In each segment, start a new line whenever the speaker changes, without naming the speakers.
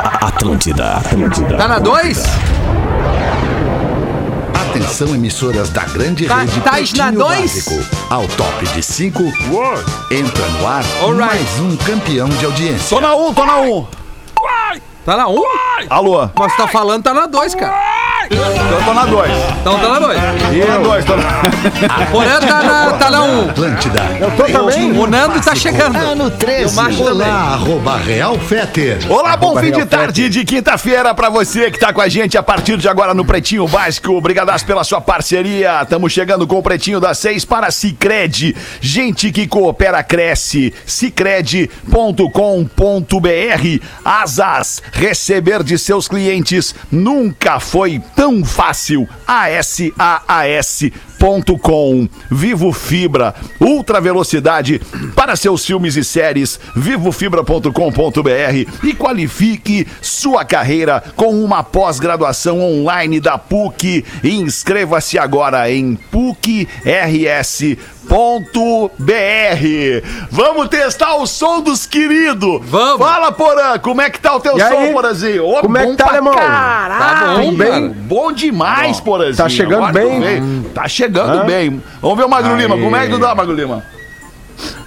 Atlântida, Atlântida.
Tá na 2?
Atenção, emissoras da grande
Tá-
rede
tá na
Pretinho
dois?
Básico. Ao top de 5, entra no ar
Alright.
mais um campeão de audiência.
Tô na 1, um, tô na 1. Um.
Tá na 1? Um?
Alô,
Mas tá falando, tá na 2, cara.
eu tô na 2.
Então tá na 2.
Tô na 2, tô na...
Porã tá na 1. Tá na um.
Atlântida. um
O Nando tá chegando.
Ah, no 13.
Olá, arroba Real Feter.
Olá, bom fim de tarde de quinta-feira pra você que tá com a gente a partir de agora no Pretinho Básico. Obrigadas pela sua parceria. Estamos chegando com o Pretinho das Seis para Cicred. Gente que coopera, cresce. Cicred.com.br Asas. Receber de seus clientes nunca foi tão fácil. ASAAS. Vivo.com, Vivo Fibra, ultra velocidade para seus filmes e séries, vivofibra.com.br e qualifique sua carreira com uma pós-graduação online da PUC. E Inscreva-se agora em PUCRS.br. Vamos testar o som dos queridos.
Vamos.
Fala, Porã, como é que tá o teu
E
som,
aí?
Porãzinho? Ô,
Como é
bom
que tá,
pra
alemão?
Caralho,
Tá bom,
bem?
cara.
Bom demais, Porãzinho.
tá chegando
Agora que eu
bem?
vejo. Tá chegando bem. Vamos ver o Magro Lima. Como é que tu dá, Magro Lima?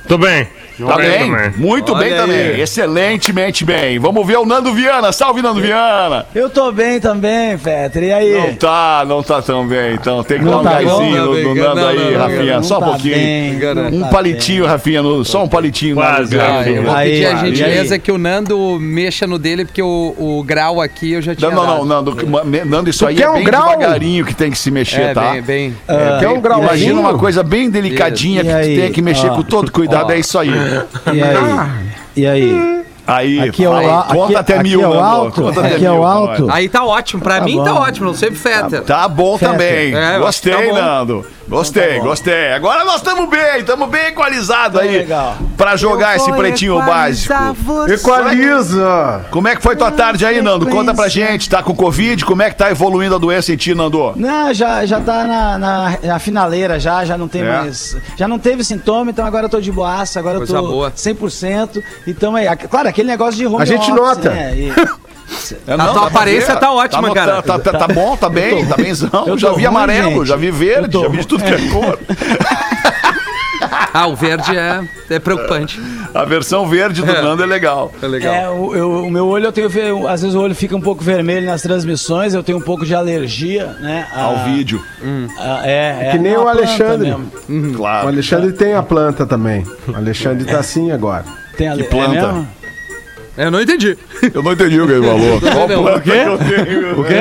Tô bem.
Tá bem? Muito
Olha
bem
aí.
também. Excelentemente bem. Vamos ver o Nando Viana. Salve, Nando Viana.
Eu tô bem também, Fetter. E aí?
Não tá, não tá tão bem. Então tem que dar
Não
um
tá bom,
gásinho
Nando
no- no
Viana.
Nando
Não,
aí,
não, não,
Rafinha.
não
Só um
tá
pouquinho.
bem, não
um
tá
palitinho, Rafinha. no- Só um palitinho.
Quase,
Nando.
Rafinha.
Ah, Eu vou
Aí,
pedir a
aí.
gentileza que o Nando mexa no dele, porque o, o grau aqui eu já tinha.
Não, não, não,
dado.
Nando, ma- me- Nando, isso aí
quer
é
um
bem
grau?
devagarinho que tem que se mexer,
É,
tá?
bem, bem.
É,
Quer
bem-
um grauzinho?
Imagina uma coisa bem delicadinha que
Isso. E
tu
aí? Ah.
tem que mexer
Ó.
com todo cuidado, é isso aí.
E aí? E aí?
Aí,
Aqui é o
fala aí.
al- aqui-
conta até
aqui
mil,
é o
Nando,
alto?
conta até
Aqui é
mil,
o
pra
alto?
nós.
Aí tá ótimo. Pra
Tá
mim tá
bom.
ótimo, não sempre feta.
Tá bom
Certo.
É,
também.
eu acho que
gostei,
tá bom.
Nando. Gostei, gostei. Agora nós estamos bem, estamos bem equalizados aí.
Tá legal.
Pra jogar esse pretinho básico.
Equaliza!
Como é que foi tua tarde aí, Nando? Conta pra gente. Tá com Covid? Como é que tá evoluindo a doença em ti, Nando?
Não, já, já tá na, na, na finaleira já, já não tem
É.
mais. Já não teve sintoma, então agora eu tô de boaça, agora
Coisa
eu tô
boa.
100%. Então é, ac- claro, aquele negócio de home
A gente
office,
nota.
né? E-
É,
tua
pra
aparência
ver.
tá ótima,
no-
cara.
Tá, tá- tá bom, tá bem, tá benzão.
eu
já
tô
vi
ruim,
amarelo,
gente.
já vi
Eu
verde,
tô
já vi de tudo que é cor.
Ah, o verde é, é preocupante.
A versão verde do
É.
Nando é legal.
É legal.
É, o, eu- o meu olho, eu tenho. ve- Às vezes o olho fica um pouco vermelho nas transmissões, eu tenho um pouco de alergia, né? a-
Ao vídeo,
a- é, é,
Que nem
não,
o
a planta
Alexandre.
mesmo.
O
claro.
Alexandre tem a planta também. O Alexandre tá assim agora.
Tem ale- é
planta?
mesmo?
É, Eu não entendi.
Eu não entendi o que ele falou. Qual
vendo?
planta que eu tenho?
O quê?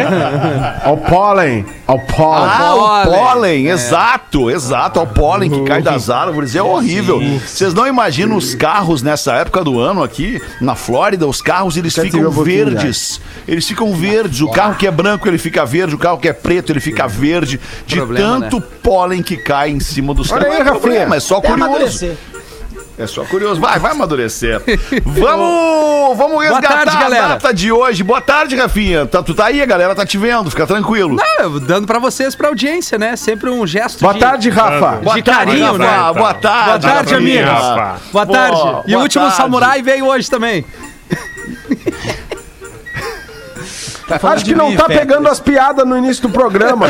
Ao pólen. Ao pólen.
Ah, o
Pólen. É.
pólen, exato, exato. É o pólen
Uhum.
que cai das árvores. É horrível. Vocês não imaginam os carros nessa época do ano aqui, na Flórida, os carros eles
Quero
ficam
tirar um pouquinho,
verdes. Eles ficam verdes. O carro que é branco, ele fica verde. O carro que é preto, ele fica verde. De
Problema, né?
tanto pólen que cai em cima dos carros.
aí,
Não é
Rafinha.
problema, é só
Até
curioso.
amadurecer.
É só curioso. Vai, vai amadurecer. vamos, vamos resgatar
tarde,
a
galera.
data de hoje. Boa tarde, Rafinha. Tá, tu tá aí, a galera tá te vendo. Fica tranquilo.
Ah, dando pra vocês, pra audiência, né? Sempre um gesto
Boa
de...
tarde, Rafa.
Boa tarde,
de carinho,
Rafa.
né? Boa
Boa
tarde.
tarde,
Rafinha.
amigos.
Rafa.
Boa tarde.
Boa-
e o
boa
último
tarde.
samurai veio hoje também.
Acho que não tá pegando as piadas no início do programa.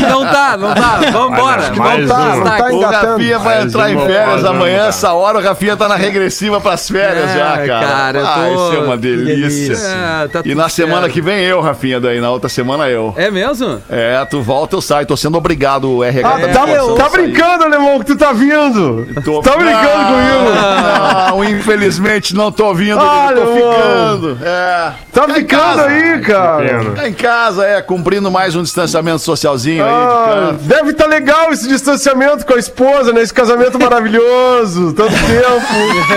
Não tá, não tá. Vambora.
Olha,
Vamos
mais
tá,
pro
não
uma.
tá
destaque.
O
engatando.
Rafinha vai
Mais
entrar em
uma
férias
pausa,
amanhã,
tá.
essa hora. O Rafinha tá na regressiva pras férias
É,
já, cara.
cara, eu
Vai
tô-
ser uma delícia.
delícia. É, tá
e
tudo
na semana
certo.
que vem eu, Rafinha, daí. Na outra semana eu.
É mesmo?
É, tu volta, eu saio. Tô sendo obrigado, o RH.
Ah,
me
tá,
forçando
tá
a sair.
brincando, alemão, que tu tá vindo.
Tô-
Tá brincando comigo.
não, Não, infelizmente não tô vindo,
Ah,
tô
não.
ficando. É.
Tá
em
brincando
casa.
aí, cara.
Pena.
Tá em casa, é, cumprindo mais um distanciamento socialzinho aí de
Ah,
casa.
deve estar legal esse distanciamento com a esposa, né? Esse casamento maravilhoso, tanto tempo.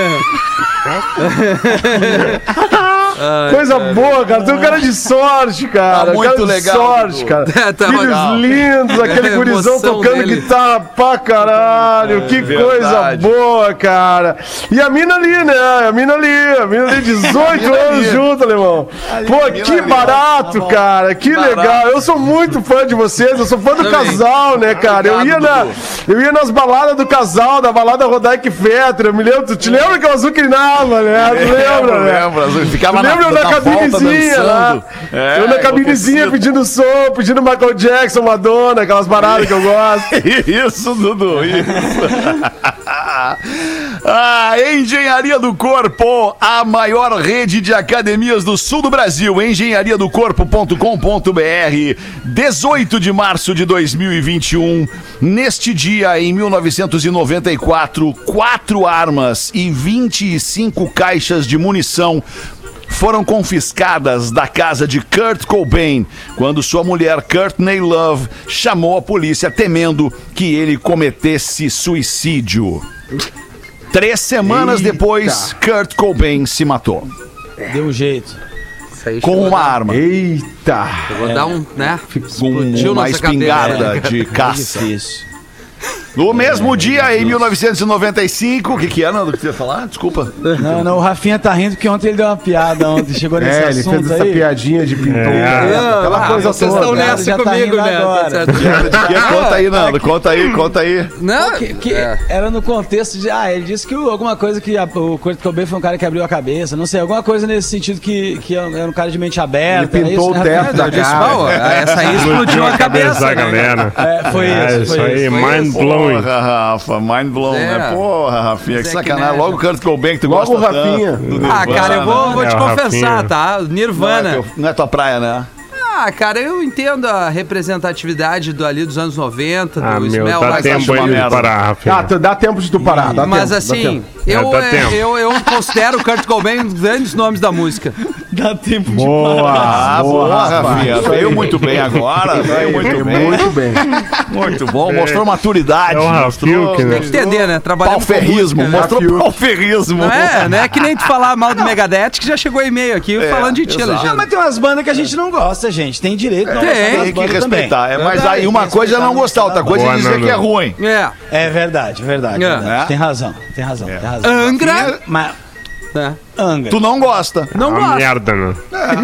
Coisa boa, cara. Tu é um cara de sorte, cara.
Tá
Um
muito
cara
legal,
De sorte,
Dudu.
cara.
Tá
Filhos
legal.
lindos, aquele
É, a
gurizão
emoção
tocando
dele.
guitarra pra caralho. que coisa
verdade.
boa, cara. E a mina ali, né? A mina ali, a mina ali, 18 anos junto, alemão. Pô, que
ali.
barato, cara. Que
Barato.
legal. Eu sou muito fã de vocês, eu sou fã do
Também.
casal, né, cara? Eu ia,
Obrigado,
na,
Dudu.
eu ia nas baladas do casal, da balada Rodaic Fetter, eu me lembro, tu te lembra que o Azul crinava, né? Tu lembra, né?
É, lembra? Ficava
Tu lembro eu na
da volta
cabinezinha
dançando.
lá.
É,
eu na cabinezinha
enlouquecido.
pedindo som, pedindo Michael Jackson, Madonna, aquelas paradas que eu gosto.
Isso, Dudu, isso. A Engenharia do Corpo, a maior rede de academias do sul do Brasil, engenhariadocorpo.com.br, 18 de março de 2021. Neste dia, em 1994, quatro armas e 25 caixas de munição foram confiscadas da casa de Kurt Cobain quando sua mulher Courtney Love chamou a polícia temendo que ele cometesse suicídio. Três semanas depois, Kurt Cobain se matou
Deu um jeito.
Isso aí
com
chegou
uma
a dar-
arma,
Eita!
Vou dar um, né?
com
explodiu
uma
nossa
espingarda de caça.
Difícil.
No mesmo dia, em 1995, o que que é, Nando, que você ia falar? Desculpa.
Não, não, o Rafinha tá rindo porque ontem ele deu uma piada ontem. Chegou nesse
É, ele
assunto
fez essa
aí.
piadinha de pintor. Aquela
ah,
coisa
vocês
toda.
estão
né?
nessa
Já tá
comigo,
rindo
né? Tá
agora.
certo. É
Conta aí, Nando, conta aí, conta aí.
Não,
Que, que
é.
era no contexto de. Ah, ele disse que o- alguma coisa que a- o Kurt Cobain foi um cara que abriu a cabeça, não sei, alguma coisa nesse sentido que, que era um cara de mente aberta.
Ele
era
pintou
isso,
o
né?
teto da
Eu disse,
cara.
"Pô, essa aí explodiu a cabeça.
da
né, cara?"
galera.
É, foi
É,
isso,
isso
foi isso.
aí,
foi
mind
isso.
blowing.
Porra, Rafa, mind blown,
É.
né? Porra, Rafinha, que
Zé
sacanagem.
Kinelli.
Logo o Kurt Cobain que tu
Logo
gosta
o Rafinha.
tanto, do
Ah,
Nirvana,
cara, eu vou, vou
É,
te
o
confessar,
Rafinha.
tá?
Não é,
Nirvana.
teu- não é tua praia, né?
Ah, cara, eu entendo a representatividade do ali dos anos 90, do
Ah, meu,
Smell
dá
Like Teen
tempo
uma
ainda de
merda.
parar,
Ah,
Rafinha.
tu- dá tempo de tu parar. Ah, Dá
Mas
tempo, dá
assim,
tempo.
eu,
É, dá
é,
tempo.
eu, eu considero o Kurt Cobain um dos grandes nomes da música.
Dá tempo de
Boa,
Ah, boa, Rafinha.
Isso aí.
Veio muito bem agora. Veio muito
Veio
bem.
Muito bem.
Muito bom. Mostrou maturidade.
É o Rafinha
mostrou
que, né?
Tem que entender, né? Trabalhar
Palferrismo. Mostrou
Rafinha.
palferrismo.
Não é, né? Que nem tu falar mal do Megadeth, que já chegou e-mail aqui
É,
falando de ti,
exato.
Ah,
Alexandre.
mas tem umas bandas que a gente não gosta, gente. Tem direito, não.
Tem.
gostar das
Tem que
bandas também.
respeitar. É, mas
Verdade,
aí uma
tem que
coisa é
respeitar,
não gostar, outra coisa é
Boa,
dizer
Nando.
que é
Ah,
ruim.
É.
É verdade, é verdade.
É.
verdade.
É.
Tem razão, tem razão, tem razão.
Angra.
Mas
né?
Angra,
Tu não gosta.
Não
Uma
gosta.
merda, né?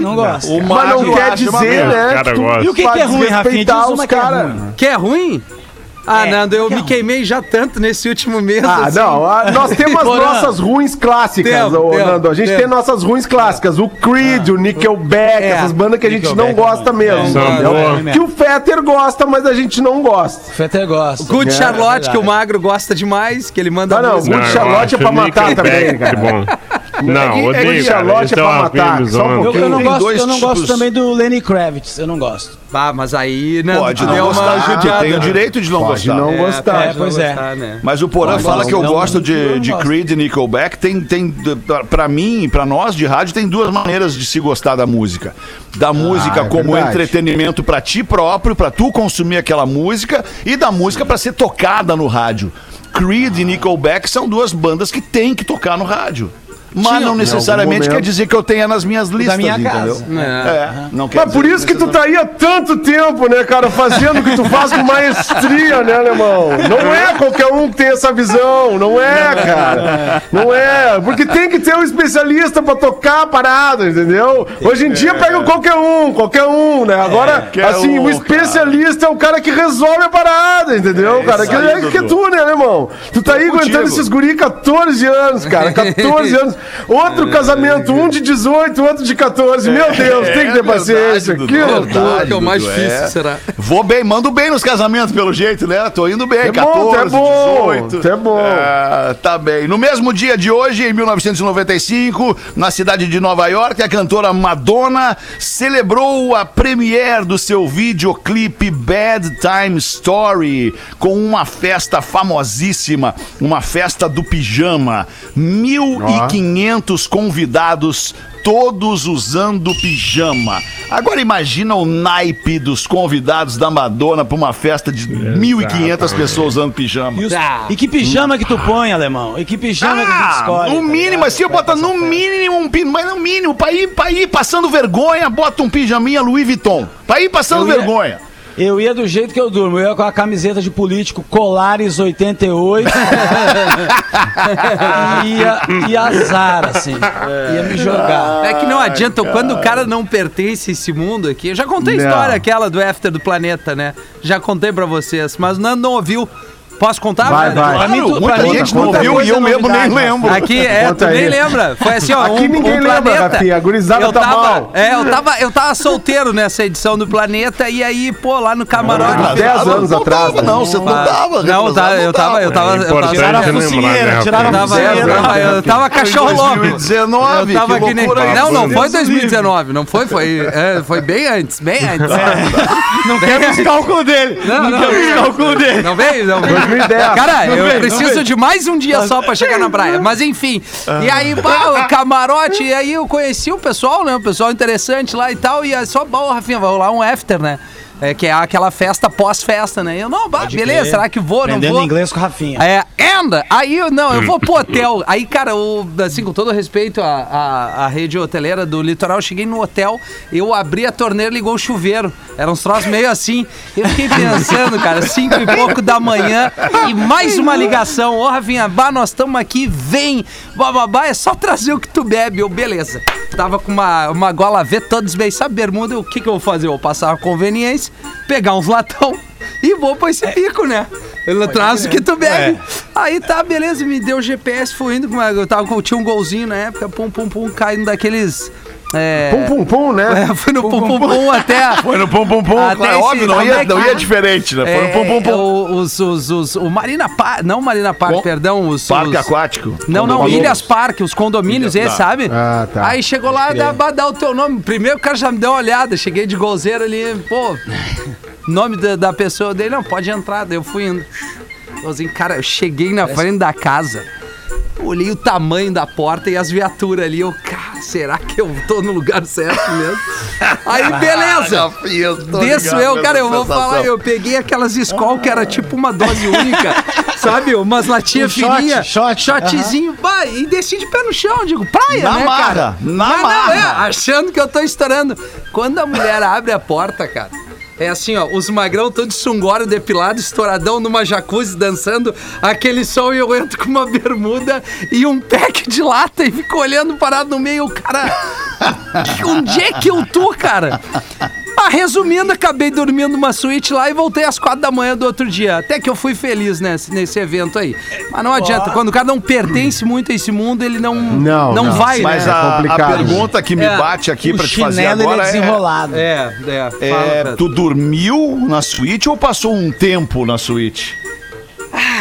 não gosta.
Mas não
Mário
quer
acha uma
dizer,
merda.
Os
né?
caras
tu
gostam.
E o que,
vai
que é ruim, Rafinha? Diz
desrespeitar
uma
os
que é
cara.
ruim.
Que é ruim? Ah,
É,
Nando, eu
que é
me
ruim.
queimei já tanto nesse último mês.
Ah,
assim.
não. ah, Nós temos as
Porã.
nossas ruins clássicas,
Tempo,
ô,
tempo,
Nando. A gente
tempo.
tem nossas ruins clássicas. O Creed, o Nickelback,
É,
essas bandas que a gente não
Nickelback
gosta
não.
mesmo.
Não
entendeu?
gosta.
Que o Fetter gosta, mas a gente não gosta.
Fetter gosta.
Good
É,
Charlotte,
é
que o
verdade.
Magro gosta demais, que ele manda
Ah, não,
música.
Good Charlotte é pra matar também, cara.
Que bom. Não,
que- é que
odeio, cara.
Charlotte
Esse
é
é
pra
o
matar,
Rafinha
só um
Eu,
Bizona.
eu não
Tem
gosto,
dois
eu não gosto
tipos.
também do Lenny Kravitz, eu não gosto.
Ah, mas aí, Nando,
Pode
tu
não
deu uma
gostar. Tu
judiada.
tem o direito de não
Pode
gostar.
não
É,
gostar.
pode não
pois é.
gostar, né?
Mas o Porã
Não,
fala
não,
que eu
não,
gosto
eu
de,
não
de
gosto.
Creed e Nickelback. Tem, tem, pra- pra mim, pra nós de rádio, tem duas maneiras de se gostar da música.
Ah,
Da música
é
como
verdade.
entretenimento pra ti próprio, pra tu consumir aquela música, e da música pra ser tocada no rádio. Creed e Nickelback são duas bandas que tem que tocar no rádio. Mas não necessariamente
momento.
quer dizer que eu tenha nas minhas listas,
minha
entendeu?
casa.
É.
É, não quer
Mas por
dizer
isso que tu tá aí há tanto tempo, né, cara? Fazendo o que tu faz com maestria, né, alemão? Não é qualquer um que tem essa visão. Não é, cara. Não é. Porque tem que ter um especialista pra tocar a parada, entendeu? Hoje em dia pega qualquer um, qualquer um, né? Agora,
É, qualquer
assim,
um,
o
cara.
especialista é o cara que resolve a parada, entendeu, cara?
isso
Que
aí,
é, que é
Dudu.
tu, né, alemão? Tu tá aí aguentando
contigo.
esses guri 14 anos, cara. 14 anos.
É,
Outro casamento, um de 18, outro de 14. Meu Deus, tem que ter paciência.
É, Dudu,
Que
verdade,
loucura.
Que é o mais
Dudu,
difícil, será?
Vou bem, mando bem nos casamentos, pelo jeito, né? Tô indo bem,
É bom,
14,
tá bom,
18.
tá bom.
É, tá bem. No mesmo dia de hoje, em 1995, na cidade de Nova York, a cantora Madonna celebrou a premiere do seu videoclipe Bad Time Story com uma festa famosíssima, uma festa do pijama. 1.500 convidados todos usando pijama. Agora imagina o naipe dos convidados da Madonna para uma festa de 1.500 pessoas usando pijama.
E, os-
Tá.
e que pijama que tu põe, alemão? E que pijama que tu
Ah,
escolhe?
no
tá
mínimo,
ligado?
assim, eu
Vai
boto
pra
no
essa festa.
mínimo um pijama, mas no mínimo, pra ir, pra ir passando vergonha, bota um pijaminha Louis Vuitton. Pra ir passando
Eu ia-
vergonha.
Eu ia do jeito que eu durmo. Eu ia com a camiseta de político Colares 88. e ia, ia azar, assim. Ia me jogar.
É que não adianta, quando o cara não pertence a esse mundo aqui. Eu já contei a história aquela do after do planeta, né? Já contei pra vocês, mas o Nando não ouviu. Posso contar?
Vai,
velho?
vai.
Pra mim, tu- pra
Conta,
gente
conta.
não ouviu e eu mesmo nem
Novidade.
lembro.
Aqui, é,
Conta
tu nem
aí.
lembra. Foi assim, ó.
Aqui ninguém lembra, Rafinha, a gurizada
eu
tá
tava,
mal.
É, eu tava, eu tava solteiro nessa edição do Planeta e aí, pô, lá no
Há
camarote...
10 anos
não
atrás.
Tava,
né?
não, você não tava.
Não, tá, eu tava, eu tava, eu tava, eu
Importante é
tava,
lembrar,
focinheira,
né,
tiraram a
eu
Rafinha?
tava, eu tava, eu tava cachorro logo.
2019,
Eu tava
que
que nem...
loucura isso.
Não, não
Deus
foi 2019, não foi, foi, é, foi bem antes, bem antes. Não
Quebra os cálculos dele.
Não, não,
Quebra os cálculos dele.
Não veio, não veio.
2010.
Cara,
Não
eu
veio, não
preciso
veio.
de mais um dia só pra chegar na praia. Mas enfim.
Ah.
E aí, pá, o camarote, e aí eu conheci o pessoal, né? O pessoal interessante lá e tal. E aí só, bom, Rafinha, vai rolar um after, né? É, que é aquela festa pós-festa, né? Eu, não, bah, beleza,
crer.
será que vou? Não
Aprendendo
vou.
inglês com o Rafinha.
É, and, aí eu, não, eu vou pro hotel. Aí, cara, eu, assim, com todo respeito à, à, à rede hoteleira do litoral, eu cheguei no hotel, eu abri a torneira ligou o chuveiro. Era uns troços meio assim. Eu fiquei pensando, cara, cinco e pouco da manhã e mais uma ligação. Ô, Rafinha, bah, nós estamos aqui, vem, bababá, é só trazer o que tu bebe. Eu, beleza. Tava com uma, uma gola V toda desbeiçada, bermuda, eu, o que que eu vou fazer? Eu vou passar a conveniência, pegar uns latão e vou pra esse pico, né? Ele traz o que tu
É.
bebe. Aí tá, beleza, me deu o GPS, fui indo. como é, Eu tava, com- tinha um golzinho na época, pum, pum, pum, caindo daqueles. É,
Pum, pum, pum, né?
é, fui no pum, pum, pum, até.
Foi no pum pum pum,
Até
claro,
esse-
óbvio, não
como
ia,
é que-
não ia diferente, né? Foi
É,
no pum pum pum.
o- os, os, os, o Marina Park, não Marina Park,
Com-
perdão, os...
Parque
os-
aquático.
Não, não,
Condomínio.
Ilhas Parque, os condomínios,
Ilhas,
eles,
tá.
sabe?
Ah, tá.
Aí chegou lá, dá, dá o teu nome. Primeiro o cara já me deu uma olhada, cheguei de golzeiro ali, pô, nome da, da pessoa dele, não, pode entrar. Daí eu fui indo. Eu, assim, cara, eu cheguei na frente da casa, olhei o tamanho da porta e as viaturas ali. Eu, cara, será que eu tô no lugar certo mesmo? Aí, beleza. Desço eu, cara, eu vou falar, eu peguei aquelas escolas que era tipo uma dose única, sabe? Umas latinhas
Um shot,
fininhas,
shot,
shotzinho, pá, e desci de pé no chão, digo, praia,
Na
né,
marra,
cara?
na
Mas não,
marra.
é, achando que eu tô estourando. Quando a mulher abre a porta, cara, é assim, ó, os magrão todos sungório, depilado, estouradão, numa jacuzzi, dançando aquele som e eu entro com uma bermuda e um pack de lata e fico olhando parado no meio, o cara... Onde é que eu tô, cara? Ah, resumindo, acabei dormindo numa suíte lá e voltei às quatro da manhã do outro dia. Até que eu fui feliz nesse, nesse evento aí. Mas não adianta, quando o cara não pertence muito a esse mundo, ele não, não,
Não, não.
vai,
Mas
né?
É
a, a
complicado.
pergunta que me
É,
bate aqui pra te fazer
ele
agora
é
é...
desenrolado.
É, é.
é,
fala, Pedro.
tu dormiu na suíte ou passou um tempo na suíte?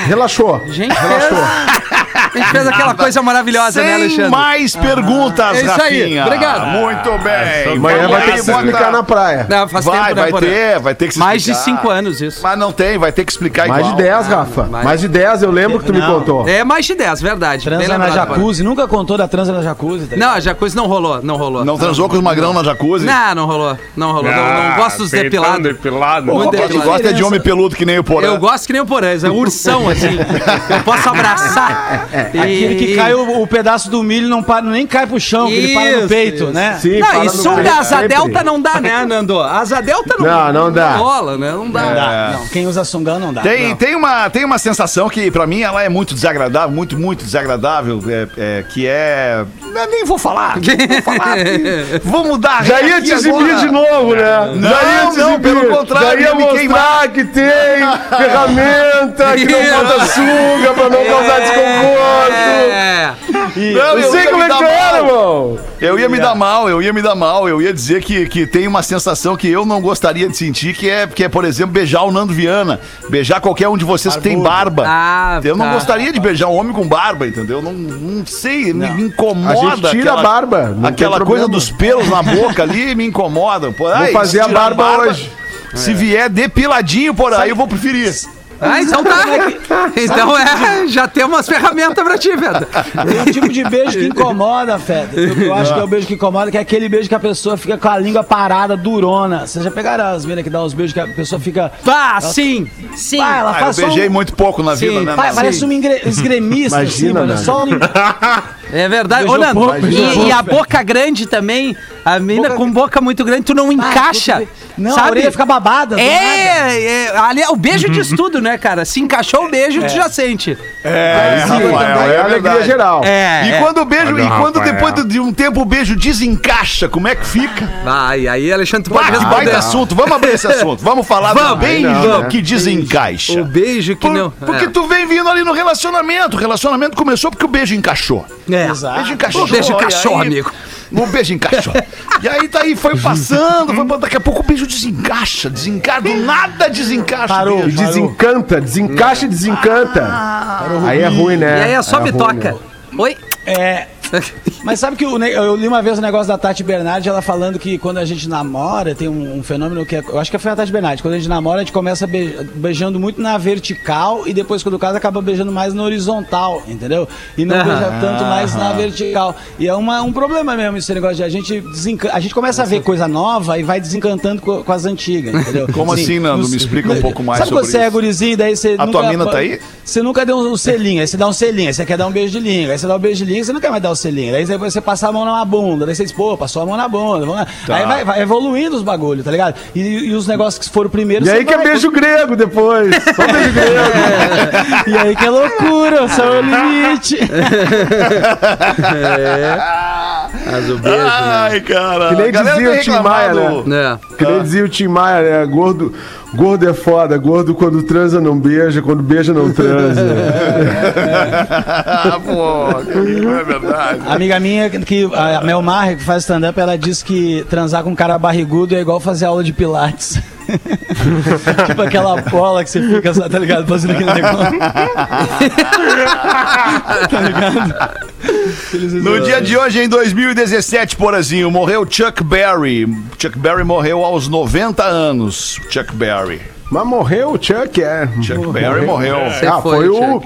Relaxou.
A gente é. fez, a gente fez aquela coisa maravilhosa, né,
Sem
Alexandre?
mais
Ah,
perguntas,
É isso aí,
Rafinha.
obrigado.
Muito bem.
Amanhã
Vamos
É, vai ter
aí,
que se
bota-
explicar na praia.
Não, faz
Vai,
tempo, né,
vai
Porã?
ter, É, vai ter que se
Mais de
explicar.
cinco anos isso.
Mas não tem, vai ter que explicar
Mais de
igual.
10, Rafa.
mais-
Mais de 10, eu lembro que tu me
Não.
contou.
É mais de dez, verdade. Bem
Transa na
lembrado, Porã.
jacuzzi. Nunca contou da transa na jacuzzi. tá
Não, a jacuzzi não rolou, não rolou.
Não Ah, transou com os magrão na jacuzzi?
Não, não rolou, não rolou. não, não gosto
tá
dos depilados.
depilado.
Muito
Quem
depilado.
gosta é de homem peludo que nem o Porã.
Eu gosto que nem o Porã, é um ursão, assim. Eu posso abraçar. E-
Aquele que cai o, o pedaço do milho não para, nem cai pro chão, que ele para
Isso,
no peito, né?
Sim,
Não,
fala
e
no
som
peito
da Asa
sempre.
Delta não dá, né, Nando? Asa Delta não,
Não, não dá.
rola, né? Não dá.
Não, quem usa sunga não dá.
Tem, tem, uma, tem uma sensação que, pra mim, ela é muito desagradável, muito, muito desagradável, é, é, que é... Eu nem vou falar, nem vou falar. porque Vou mudar. a
Já
regra
ia
aqui
te exibir
agora.
de novo, né?
Não,
já ia
não, pelo contrário,
já ia
ia me
mostrar
queimar.
que tem ferramenta, que não bota sunga pra não causar desconforto.
É.
É. Não,
Eu
eu
sei
ia
como
me
é que
dar
tu era,
mal.
irmão.
Eu ia me dar mal, eu ia me dar mal. Eu ia dizer que, que tem uma sensação que eu não gostaria de sentir, que é, que é, por exemplo, beijar o Nando Viana. Beijar qualquer um de vocês que tem barba.
Ah,
eu não
tá.
gostaria de beijar um homem com barba, entendeu? Não, não sei, me- me
A
incomoda.
gente tira
aquela-
a barba. não tem
Aquela coisa
problema.
dos pelos na boca ali me incomoda. Pô, ai,
fazer
se
a
tirar
barba hoje. É.
Se vier depiladinho por aí, eu vou preferir.
Ah, então tá. Então é, já tem umas ferramentas pra ti, velho.
Tem um tipo de beijo que incomoda, Fede. Eu acho que é o beijo que incomoda, que é aquele beijo que a pessoa fica com a língua parada, durona. Vocês já pegaram as minas que dão uns beijos que a pessoa fica.
Tá, sim, sim.
Ah, ela
Ah, eu
faz só
beijei
um-
muito pouco na vida, né?
Pa-
Nando?
parece um ingre- esgremista, assim,
Imagina,
mano.
né?
Só um-
É verdade. Ô,
Beijou
Nando,
pouco, beijou
e,
pouco,
e a boca grande também, a mina com boca muito grande, tu não encaixa.
Ah, Não,
sabe?
a orelha fica babada. do nada.
É, é ali, o beijo diz tudo, né, cara? Se encaixou o beijo, tu já sente.
É,
Sim, Rafael, é alegria
verdade.
geral.
É.
E quando o beijo,
Olha,
e quando
Rafael.
depois de um tempo o beijo desencaixa, como é que fica?
Vai, aí, Alexandre, tu
Bah,
pode
que
responder.
baita assunto, vamos abrir esse assunto. Vamos falar do
Vamos. É
beijo
Aí não, né?
que desencaixa.
O beijo que
Por-
não.
Porque
é.
tu vem vindo ali no relacionamento. O relacionamento começou porque o beijo encaixou.
É.
O beijo encaixou.
O beijo encaixou,
e aí-
amigo.
O beijo encaixou. E aí tá aí, foi passando, foi passando. Daqui a pouco o beijo desencaixa, desencaixa, do nada desencaixa.
Parou,
o
E
beijo.
desencanta, desencaixa e desencanta. aí é ruim, né?
E aí é só
ruim,
bitoca.
né?
Oi?
É. Mas sabe que o ne- eu li uma vez o negócio da Tati Bernardi, ela falando que quando a gente namora, tem um, um fenômeno que é, eu acho que foi a Tati Bernardi, quando a gente namora, a gente começa be- beijando muito na vertical e depois quando casa acaba beijando mais na horizontal, entendeu? E não beija
Ah.
tanto mais na vertical. E é uma- um problema mesmo esse negócio de a gente desenca- a gente começa a ver coisa nova e vai desencantando co- com, as antigas, entendeu?
Como assim, Nando? Me explica um pouco mais
Sabe
sobre
quando você é
isso.
gurizinho e daí você
A tua mina tá aí?
você nunca deu um selinho, aí você dá um selinho, aí você quer dar um beijo de língua, aí você dá um beijo de língua, você não quer mais dar o selinho, aí depois você passa a mão na bunda, daí você diz, pô, passou a mão na bunda, vamos lá.
Tá.
aí vai, vai evoluindo os bagulhos, tá ligado? E, e os negócios que foram primeiro,
E
você
aí que é
vai-
beijo grego depois. Só beijo grego.
E aí que é loucura, esse é o limite.
Mas o beijo.
Ah. Ai, cara.
Que nem
a galera
dizia
tem
o Tim Maia,
reclamado.
né?
né?
Que nem dizia o Tim Maia, né? Gordo, gordo é foda. Gordo quando transa não beija, quando beija não transa.
Ah, pô, não é verdade.
A amiga minha, que, a Mel Marre, que faz stand-up, ela diz que transar com um cara barrigudo é igual fazer aula de pilates. tipo aquela bola que você fica, só, tá ligado? Fazendo aquele negócio. tá ligado?
No dia de hoje, em 2017, porazinho, morreu Chuck Berry. Chuck Berry morreu aos 90 anos. Chuck Berry.
Mas morreu o Chuck, é.
Chuck Berry morreu.
Ah, foi,
Foi o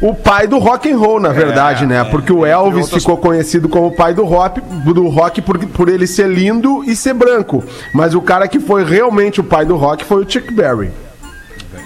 o, o pai do rock and roll, na verdade, né? Porque o Elvis
outras-
ficou conhecido como o pai do rock, do rock por, por ele ser lindo e ser branco. Mas o cara que foi realmente o pai do rock foi o Chuck Berry.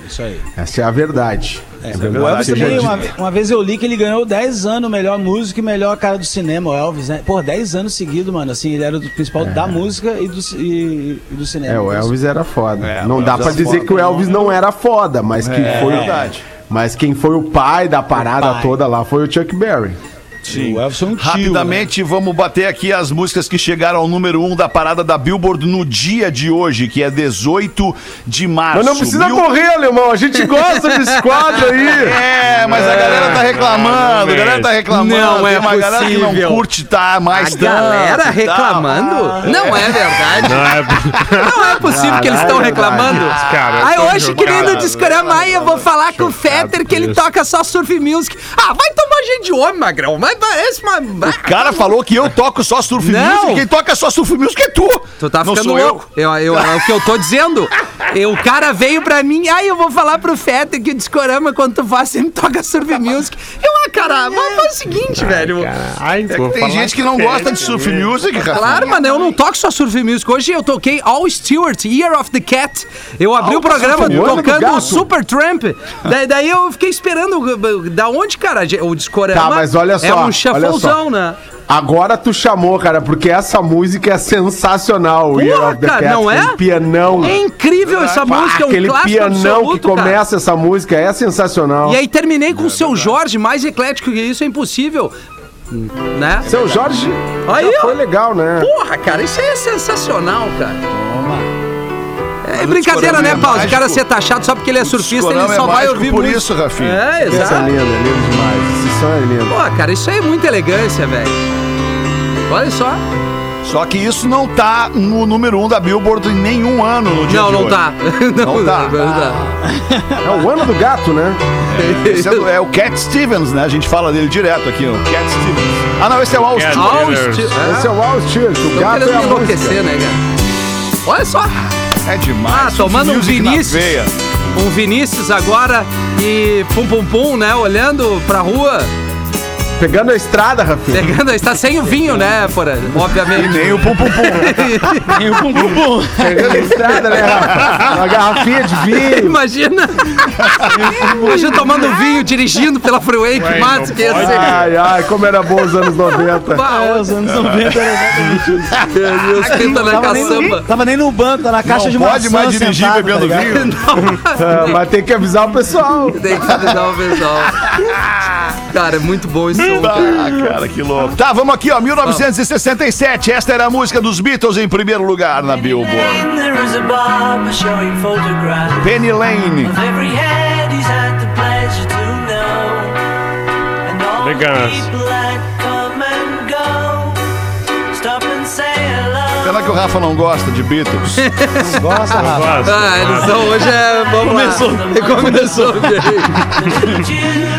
Isso aí.
Essa é a verdade. É,
O
Verdade,
Elvis também,
gente.
uma, uma vez eu li que ele ganhou 10 anos melhor música e melhor cara do cinema, o Elvis, né? Pô, 10 anos seguido, mano. Assim, ele era o principal da música e do, ci- e- e do cinema. Então, assim,
É, o Elvis era foda. É.
É, o
não dá
Elvis
pra
era
dizer
foda.
que o Elvis não era foda, mas que foi o,
verdade.
Mas quem foi o pai da parada
pai.
toda lá foi o Chuck Berry.
Sim.
O Elvis foi um tio,
Rapidamente, vamos bater aqui as músicas que chegaram ao número 1 um da parada da Billboard no dia de hoje, que é 18 de março.
Mas não precisa
Mil-
correr, alemão. A gente gosta desse quadro aí.
É, mas a galera tá reclamando, a galera tá reclamando.
Não
tem
é
uma galera que não
possível.
curte tá mais
A
tanto e
galera
tal.
reclamando? não é verdade.
Não é...
Não é possível que eles estão reclamando.
Ah, cara, eu
Aí
tô
hoje,
chocado.
querendo descaramar, eu vou falar com o Fetter que ele
isso.
toca só surf music. Ah, vai tomar gente de homem, magrão. Mas parece uma.
O cara falou que eu toco só surf
Não.
music, quem toca só surf music é tu.
Tu tá
Não
ficando
sou
louco. Eu. eu- é o que eu tô dizendo. Eu- o cara veio pra mim, aí eu vou falar pro Feta que o Discorama, quando tu faz, sempre toca surf music. Eu, ah, cara, mas faz o seguinte, velho.
Ai,
Eu. É que tem gente que não gosta de surf music, cara.
né? Claro, mano, eu não toco só surf music. Hoje eu toquei All Stewart, Year of the Cat. Eu abri o programa
Surf Music,
tocando
é gato.
o Super Tramp. Daí, daí eu fiquei esperando. Da onde, cara? O Discorama
Tá, mas olha
é
só,
um
olha só.
chafãozão, né?
Agora tu chamou, cara, porque essa música é sensacional.
Porra,
Year of the
cara,
Cat,
não é?
aquele pianão.
É incrível essa música, é um
Ah, aquele
clássico
pianão
absoluto,
que
cara.
começa essa música é sensacional.
E aí terminei
É
com o Seu Jorge, mais eclético que isso é impossível. Né?
Seu Jorge
Aí,
já
ó.
foi legal, né?
Porra, cara, isso aí é sensacional, cara. É
o
brincadeira,
Discorama
né,
é
Paulo? O cara
mágico.
ser taxado só porque ele é surfista, ele
Discorama é
só vai
mágico
ouvir
Por
música.
isso, Rafinha.
É,
Essa é
exato.
linda, é lindo demais. Esse som é lindo.
Pô, cara, isso aí é muita elegância, velho. Olha só.
Só que isso não tá no número 1 um da Billboard em nenhum ano no dia
não,
de
não
hoje.
tá.
Não tá.
tá.
É o ano do gato, né?
Esse é, do- é o Cat Stevens, né? A gente fala dele direto aqui, ó. Cat Stevens. Ah, não, esse é o All
Cat.
Stewart.
All esti-
Esse é
é.
o All Cheers, o
Estão
gato é
querendo
a
me
música.
enlouquecer, né, cara? Olha só.
É demais.
Ah, tomando um
Music na
Vinícius.
veia.
Um Vinícius agora e pum pum pum, né? Olhando pra rua.
Pegando a estrada, Rafinha.
Pegando, está sem o vinho, né, Porã? Obviamente.
Nem o pum pum pum.
E o pum pum pum.
Pegando a estrada, né, Rafa? Uma garrafinha de vinho.
Imagina! Imagina tomando vinho, dirigindo pela freeway, que
Ué,
massa
não
que ia
pode.
ser.
Ai, ai, como era bom os anos 90.
É,
Bah,
os anos 90 era exatamente isso.
Deus, quinta na
Tava nem,
caçamba.
tava nem no banco, tá na caixa
Não
de maçã
pode mais dirigir
sentado, tá
bebendo
ligado?
vinho.
Ah, mas tem que avisar o pessoal.
Tem que avisar o pessoal. Cara, é muito bom esse som.
Ah, cara, que louco. Tá, vamos aqui, ó. 1967. Esta era a música dos Beatles em primeiro lugar na Billboard.
There is a barber showing photographs
Penny Lane.
of every head he's had the pleasure to know. And all the
Elegância.
people that come and go stop and say hello.
Pena que o Rafa não gosta de Beatles.
Gosta, Rafa.
Faz.
Ah, eles são hoje é. Vamos
Começou.
Lá. Começou. bem.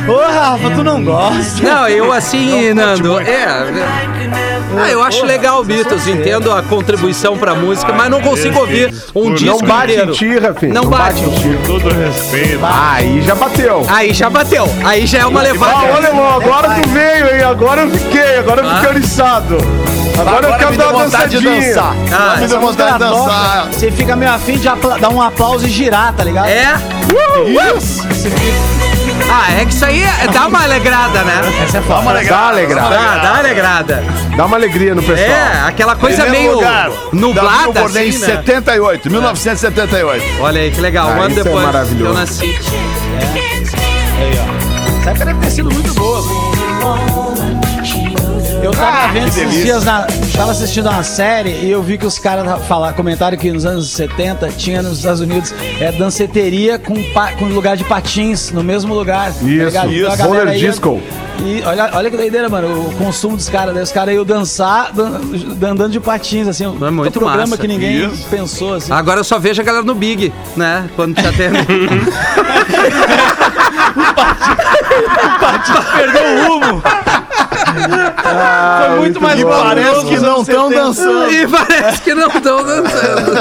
Ô, Rafa, tu não gosta?
Não, eu assim, Nando. É. Ah, eu acho legal o Beatles, entendo a contribuição pra música, mas não consigo ouvir um
Não
disco
bate em
inteiro.
ti, Rafinha.
Não bate.
Com todo respeito.
Aí já bateu.
Aí já bateu, aí já é uma
Ah,
levada.
olha, irmão, agora tu veio, hein? Agora eu fiquei, agora eu fiquei oriçado. Agora, eu quero
me
dar
deu
uma
vontade de
dançadinha.
dançar.
Ah,
me deu vontade de dançar.
Você fica meio afim de apla- dar um aplauso e girar, tá ligado?
É? Ah, é que isso aí é- dá uma alegrada, né?
Dá uma
Dá
legal.
alegrada.
Dá, dá alegrada.
Dá uma alegria no pessoal.
É, aquela coisa
Primeiro
meio
lugar, Davi
nublada,
Albornei,
assim, né?
78, 1978.
Olha aí, que legal.
Ah,
um ano
isso é
depois que eu
maravilhoso.
nasci.
Essa época deve ter sido muito boa.
Ah,
Eu tava vendo esses dias, na, tava assistindo uma série e eu vi que os caras falar, comentaram que nos anos 70 tinha nos Estados Unidos é, danceteria com, pa- com lugar de patins, no mesmo lugar. tá
Isso,
ligado?
isso.
a galera
Roller
ia-
disco.
E olha, olha que doideira, mano, o consumo dos caras. Daí os caras iam dançar dan- andando de patins, assim. um
É muito
programa
massa.
que ninguém pensou, assim.
Agora eu só vejo a galera no Big, né? Quando já tem.
Foi
é
muito mais
Parece que não estão dançando.
e parece que não estão dançando.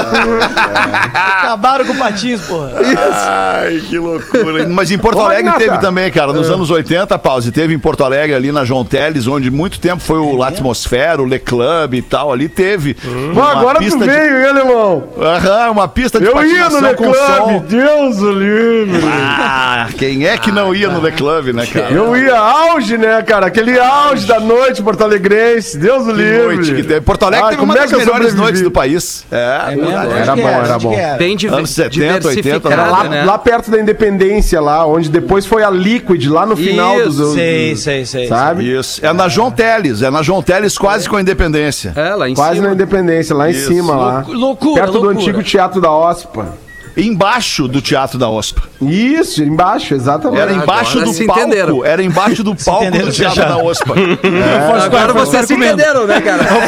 Acabaram com patins, porra.
Ah. Ai, que loucura. hein? Mas em Porto
Ô,
Alegre
Magnata.
teve também, cara, nos anos 80, pause, teve em Porto Alegre ali na João Teles, onde muito tempo foi o Latmosfera, o Le Club e tal, ali teve.
Pô,
uma
agora tu
pista de-
veio, hein, alemão?
Aham, uma pista de
Eu ia no
patinação
Le
com
Club,
som.
Deus o livre.
Ah, quem é que não ia no The Club, né, cara?
Eu ia auge, né, cara? Aquele auge da noite porto-alegrense, Deus o
Que
livre.
noite que teve. Porto Alegre
Ai,
teve
como
uma
é
das
que eu
melhores
sobrevivi?
noites do país. É, verdade.
era bom, era bom.
Bem diver-
Anos 70, 80,
diversificada,
era
Lá,
né?
lá perto da Independência, lá, onde depois foi a Liquid, lá no final
Isso,
dos...
Sei, sei, sei.
Sabe?
Isso. É na João Teles, é na João Teles quase com a independência.
É, lá em
Quase
cima.
na Independência, lá em cima, lá.
Lou- loucura,
Perto
loucura.
do antigo Teatro da Ospa.
Embaixo do Teatro da OSPA.
Isso, embaixo, exatamente.
Era embaixo
Agora
do
se
palco.
entenderam.
Era embaixo do palco
entenderam,
do Teatro
já.
da OSPA.
É.
Agora vocês se entenderam, né, cara?
é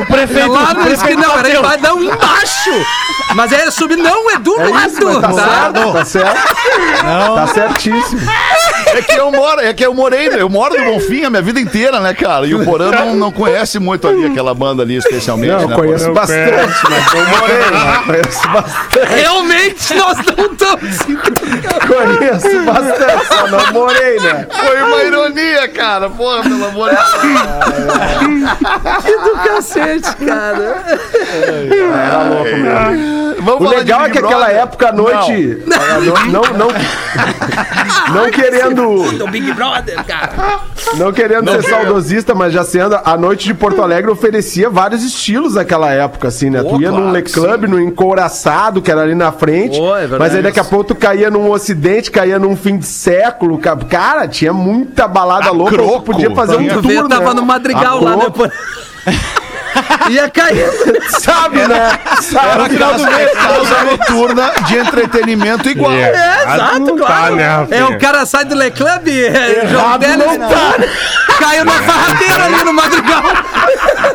O prefeito,
lá no esquina, não, era embaixo, não, embaixo. Mas é subir, não, é do lado.
tá,
tá?
certo, tá certo. Tá certíssimo.
É que eu moro, é que eu morei, eu moro no Bonfim a minha vida inteira, né, cara? E o Porã não, não conhece muito ali aquela banda ali, especialmente,
Não,
né?
eu conheço
Eu
bastante,
conheço.
mas eu morei lá. Conheço bastante.
Realmente nós não estamos.
Conheço bastante, só não morei, né?
Porã? Foi uma ironia, cara. Porra, pelo amor de Deus.
Do cacete, cara.
Era louco mesmo.
Vamos
O
falar de
legal é
Big
que aquela
Brother?
época à noite. Não, não, não, não querendo.
Do Big Brother, cara.
Não querendo ser saudosista, mas já sendo, a noite de Porto Alegre oferecia vários estilos naquela época, assim, né?
Pô,
tu ia
claro
num Le
que
Club, num encouraçado, que era ali na frente.
Pô, é verdade.
mas aí daqui a pouco tu caía num ocidente, caía num fim de século. ca- Cara, tinha muita balada louca.
Croco.
Tu podia fazer um
Tinha.
Tu
tour,
vê,
né?
tava no madrigal
A
lá, né?
Croco.
pô? Ia cair.
Sabe, né?
Era
Sabe,
final do
né?
mês, causa noturna de entretenimento igual.
É,
errado
exato,
não tá,
claro.
né, Rafinha?
é, o cara sai do Le Club, é, João Teles, caiu na farradeira ali no madrigal.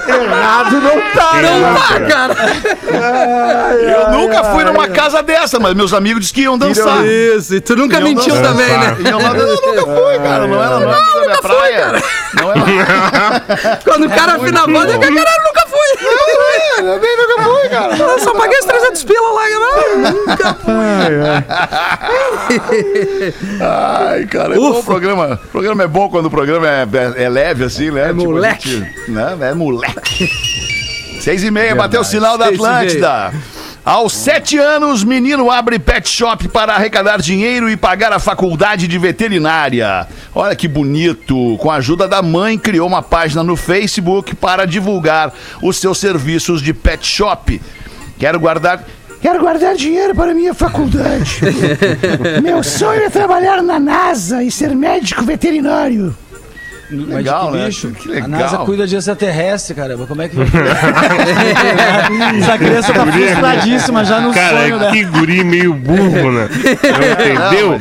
Errado não tá,
Não
né?
dá, cara.
Eu nunca fui numa casa dessa, mas meus amigos diziam que iam dançar.
Isso, e tu nunca
Eu
mentiu
não-
também, né?
Exato.
Iam lá dançar. Eu nunca fui, cara. Não era nome da minha praia. Não era
é Quando o cara afina a voz, eu, cara, eu nunca fui.
Eu nem nunca fui, cara.
Eu só paguei os 300 pila lá, cara. Nunca
Ai, cara, é bom o programa. O programa é bom quando o programa é, é- é leve, assim, né? É
moleque.
né? É moleque. Seis e meia, bateu o sinal da
Seis e
Atlântida. Aos sete anos, menino abre pet shop para arrecadar dinheiro e pagar a faculdade de veterinária. Olha que bonito. Com a ajuda da mãe, criou uma página no Facebook para divulgar os seus serviços de pet shop. Quero guardar... Quero guardar dinheiro para minha faculdade. Meu sonho é trabalhar na NASA e ser médico veterinário.
Mas
Legal,
que
né?
bicho.
Que legal.
A NASA cuida de extraterrestre, cara. Como é que vai Essa criança tá frustradíssima já no
Cara,
sonho
é
dela.
que guri meio burro, né? Não entendeu?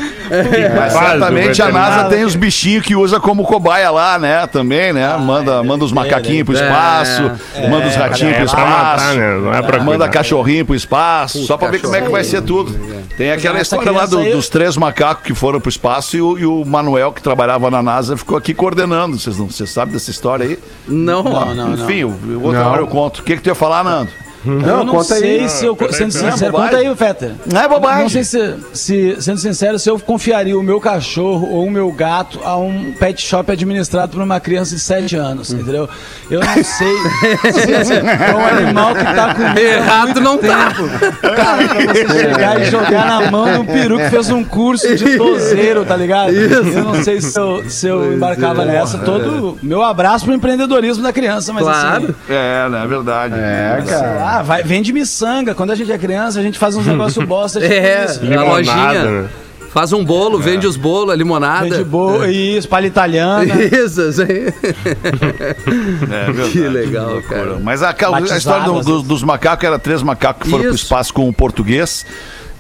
Mas certamente a
tá
NASA tem os bichinhos que usa como cobaia lá, né? Também, né?
Ah,
manda, manda os macaquinhos pro espaço, manda os ratinhos pro
É pra matar,
espaço.
né? Não é pra
Manda
cuidar.
cachorrinho pro espaço, só pra ver como é que vai ser tudo. Tem aquela
essa
história lá do-
criança aí-
dos três macacos que foram pro espaço e o, e o Manuel, que trabalhava na NASA, ficou aqui coordenando. Vocês não- vocês sabem dessa história aí?
Não, não,
Ah,
Enfim, o- outra hora eu conto. O que, que tu ia falar, Nando?
Eu não
conta aí.
sei se eu. Sendo
bobagem.
sincero, conta aí, Feta.
Não é bobagem.
Não sei se, se- sendo sincero, se eu confiaria o meu cachorro ou o meu gato a um pet shop administrado por uma criança de 7 anos, entendeu? Eu não sei se é um animal que tá com
Errado não tá.
Cara, pra você chegar e jogar na mão de um peru que fez um curso de dozeiro, tá ligado? Eu não sei se eu, se eu embarcava nessa. Todo meu abraço pro empreendedorismo da criança, mas assim.
Claro.
É, né? É verdade. É,
Sei lá, vai, vende miçanga. Quando a gente é criança, a gente faz uns negócios bosta. tipo
É,
isso.
a lojinha.
né?
Faz um bolo, vende os bolos, a limonada.
Vende né? boa, isso, palha italiana.
Isso, isso aí.
É verdade.
Que legal, cara.
Mas a, ca- a
É. Batizado,
história do-
às
do- dos macacos era três macacos que foram para o
Isso.
espaço com o português.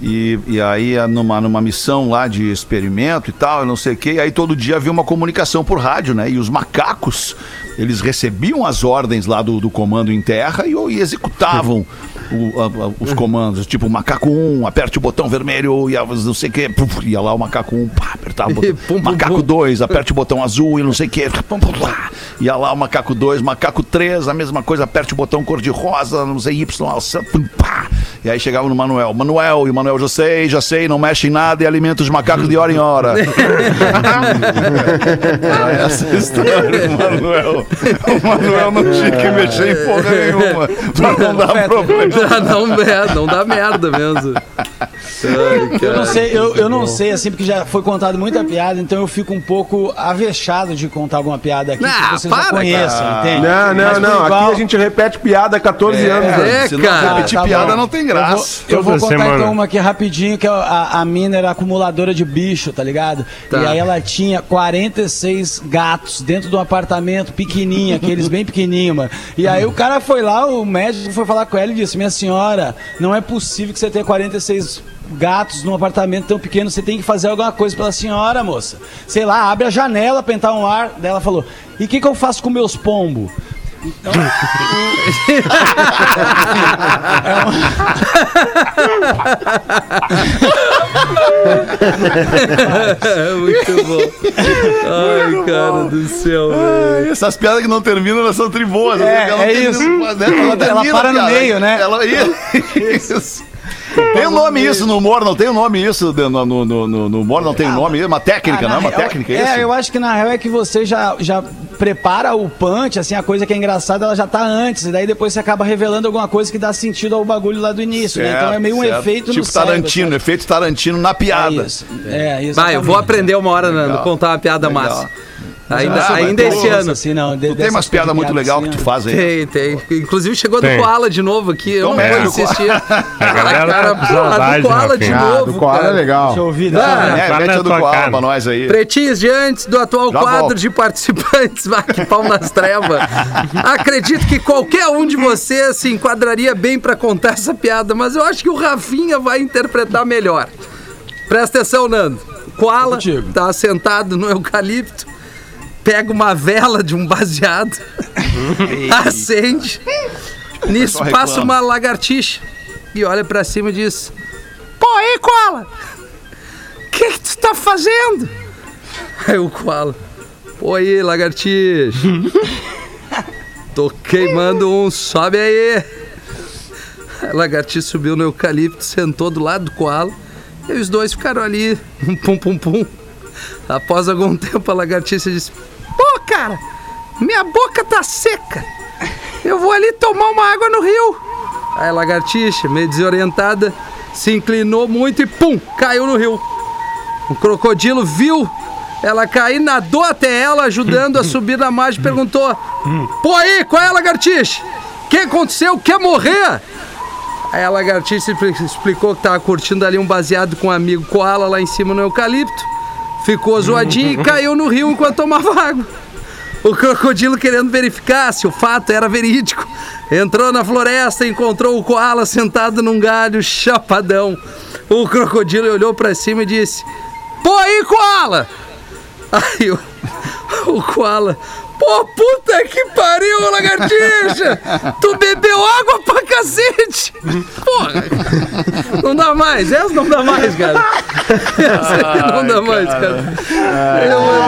E, e aí, a- numa, numa missão lá de experimento e tal, eu não sei o quê, e aí todo dia havia uma comunicação por rádio, né? E os macacos, eles recebiam as ordens lá do, do comando em terra e, e executavam o- a- a- os comandos. Tipo, macaco 1, aperte o botão vermelho e a- não sei o quê. Puf, ia lá o macaco 1, pá, apertava o botão.
Pum, pum,
macaco
pum.
2, aperte o botão azul e não sei o que. Ia lá o macaco 2, macaco 3, a mesma coisa, aperte o botão cor-de-rosa, não sei, Y, alça, pum, pá. E aí chegava no Manuel. Manuel, e o Manuel, já sei, já sei, não mexe em nada e alimenta os macacos de hora em hora. Era essa a história, o Manuel. O Manuel não tinha que mexer em porra nenhuma, pra não dar problema.
Ah, Não, é, não dá merda mesmo. Ai,
Eu
cara.
não sei, eu, eu não sei, assim, porque já foi contado muita piada, então eu fico um pouco avexado de contar alguma piada aqui
Ah,
que vocês já
para,
conheçam, entende?
Não,
Mas
não,
por
não.
igual,
Aqui é a gente repete piada há 14 anos. né?
É,
Se não
cara.
repetir
Tá bom.
piada, não tem graça.
Eu vou
Toda
contar
semana.
então uma aqui rapidinho, que a, a, a mina era acumuladora de bicho, tá ligado?
Tá.
E aí ela tinha 46 gatos dentro de um apartamento pequenininho, aqueles bem pequenininho, mano. E aí o cara foi lá, o médico foi falar com ela e disse, minha senhora, não é possível que você tenha 46 gatos num apartamento tão pequeno, você tem que fazer alguma coisa pela senhora, moça. Sei lá, abre a janela pra entrar um ar. Daí ela falou, e o que, que eu faço com meus pombos?
É muito bom. Ai, cara do céu. velho.
Ai, Essas piadas que não terminam, elas são triboas.
É,
Ela
é
termina-
isso.
né? Ela,
Ela
termina,
para no meio, né?
Ela, isso. Tem um nome isso no humor, não tem um nome isso de- no, no, no, no- no humor, não tem um nome, é uma técnica, não
Ah,
é
na
uma
real-
técnica,
é,
é isso?
eu acho que na real é que você já, já prepara o punch, assim, a coisa que é engraçada, ela já tá antes, e daí depois você acaba revelando alguma coisa que dá sentido ao bagulho lá do início, né? Então é meio um
Certo,
efeito
certo.
no
Tipo Tarantino, efeito Tarantino na
cérebro,
piada.
É isso. É, isso.
Vai, eu vou aprender uma hora, Nando, contar uma piada
Legal.
massa.
Mas
Ainda,
eu
ainda
vou-
esse ano.
Assim, não, de-
Tu tem
dessas
umas piadas muito legais que
assim,
tu
ó.
faz aí.
Tem, tem. Inclusive chegou
Tem.
do Koala de novo aqui. Eu
Então
não
é,
vou
do
insistir. A
galera tá com
do
saudade,
Koala
Rafinha.
de
Ah,
Ah,
novo.
do Koala é
cara.
legal.
Deixa eu ouvir,
Ah,
deixa eu ouvir.
É,
Tá
mete
na
a do
tua
Koala
cara.
pra nós aí.
Pretinhos diante do atual
Já
quadro
volto.
de participantes, vai que pau nas trevas. Acredito que qualquer um de vocês se enquadraria bem pra contar essa piada, mas eu acho que o Rafinha vai interpretar melhor. Presta atenção, Nando. Koala
Contigo.
tá sentado no eucalipto, pega uma vela de um baseado, acende, nisso
reclama.
passa uma lagartixa e olha pra cima e diz: Pô, aí, Koala, o que, que tu tá fazendo? Aí o Koala. Pô aí, lagartixa. Tô queimando um, sobe aí. A lagartixa subiu no eucalipto, sentou do lado do coala e os dois ficaram ali, um pum pum pum. Após algum tempo, a lagartixa disse: Pô, cara, minha boca tá seca. Eu vou ali tomar uma água no rio. Aí a lagartixa, meio desorientada, se inclinou muito e pum, caiu no rio. O crocodilo viu ela cair, nadou até ela, ajudando a subir na margem, perguntou: Pô aí, qual é, lagartixa? O que aconteceu? Quer morrer? Aí a lagartixa expli- explicou que tava curtindo ali um baseado com um amigo koala lá em cima no eucalipto. Ficou zoadinho e caiu no rio enquanto tomava água. O crocodilo querendo verificar se o fato era verídico. Entrou na floresta e encontrou o koala sentado num galho chapadão. O crocodilo olhou pra cima e disse: Pô aí, koala! Aí o, o koala. Pô, puta que pariu, lagartixa! Tu bebeu água pra cacete! Porra! Não dá mais, essa não dá mais, cara. Essa aqui não dá mais, cara.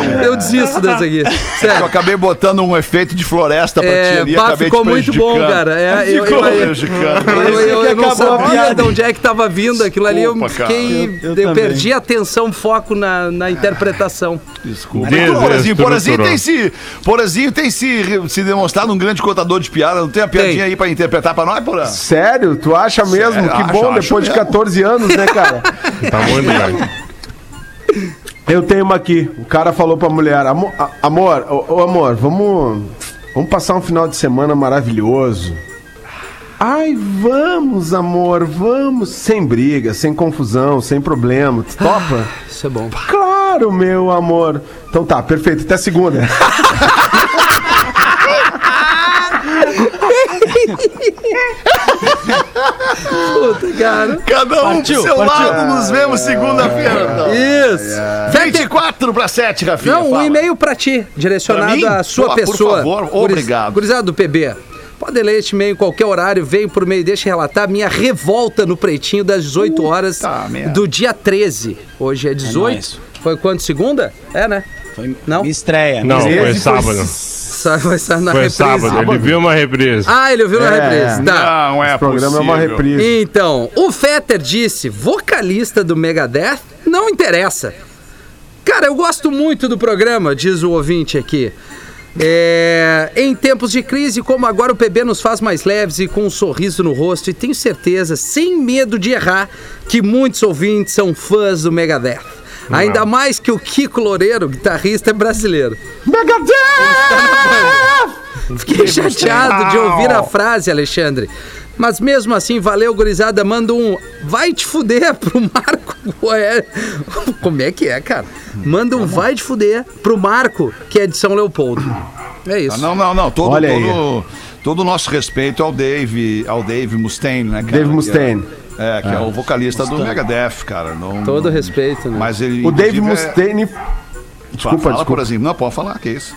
Eu, eu desisto dessa aqui.
Eu
Sério.
acabei botando um efeito de floresta pra ti
É,
ali,
pá,
acabei
ficou
te
muito bom,
prejudicando.
cara. É, eu, eu,
Ficou
eu,
prejudicando.
eu- eu- eu
que
não
acabou a
sabia de
piada.
onde é que tava vindo aquilo ali. Eu
Desculpa, cara.
fiquei.
Eu-
Eu,
eu também.
perdi a atenção, foco na, na interpretação.
Mas não, Porazinho,
assim,
Porazinho tem se, Porazinho tem se, se demonstrado um grande contador de piada. Não tem a piadinha
Tem.
aí pra interpretar pra nós, Porã?
Sério? Tu acha mesmo?
Sério,
que
acho,
bom,
acho
depois de
mesmo.
14 anos, né, cara?
Tá muito, cara.
Eu tenho uma aqui. O cara falou pra mulher: Amor, a- amor, ô, ô, amor, vamos, vamos passar um final de semana maravilhoso. Ai, vamos, amor, vamos. Sem briga, sem confusão, sem problema. Tu topa?
Ah,
Isso é bom.
Claro, meu amor. Então tá, perfeito. Até segunda.
Puta, cara.
Cada um pro seu lado, nos vemos segunda-feira. então.
Isso. Vem que-
24 pra 7, Rafinha.
Não, um
fala.
e-mail pra ti,
Pra mim?
direcionado à sua
Pô, por
pessoa.
favor,
Guriz-
obrigado.
Gurizada do PB. Pode ler este e-mail em qualquer horário, vem por meio, deixa eu relatar minha revolta no pretinho das 18 horas
merda.
do dia 13. Hoje é 18.
nóis.
Foi quando? Segunda? É, né?
Foi
Não?
minha estreia.
Não, foi
Esse foi
sábado.
Sa- Vai estar na
Foi
reprise.
sábado. Ele viu uma reprise.
Ah, ele ouviu na reprise. Tá.
É, Não, é
O programa é uma
possível.
reprise.
Então, o Fetter disse, vocalista do Megadeth, não interessa. Cara, eu gosto muito do programa, diz o ouvinte aqui. É, em tempos de crise, como agora o PB nos faz mais leves e com um sorriso no rosto, e tenho certeza, sem medo de errar, que muitos ouvintes são fãs do Megadeth. Ainda mais que o Kiko Loureiro, guitarrista, é brasileiro. Fiquei chateado de ouvir a frase, Alexandre. Mas mesmo assim, valeu, gurizada. Manda um vai te fuder pro Marco Goiás. Como é que é, cara? Manda um vai te fuder pro Marco, que é de São Leopoldo. É isso.
Ah, Não, não, não. Todo,
Olha aí.
todo, todo o nosso respeito ao Dave, ao Dave Mustaine, né, cara?
Dave
Que é-
Mustaine.
É, que é o vocalista do Megadeth, cara. Não,
Todo
não-
respeito, né?
Mas ele,
O Dave
inclusive, é-
Mustaine.
Fala,
Desculpa,
fala
desculpa.
Porazinho. Não, pode falar, que é isso.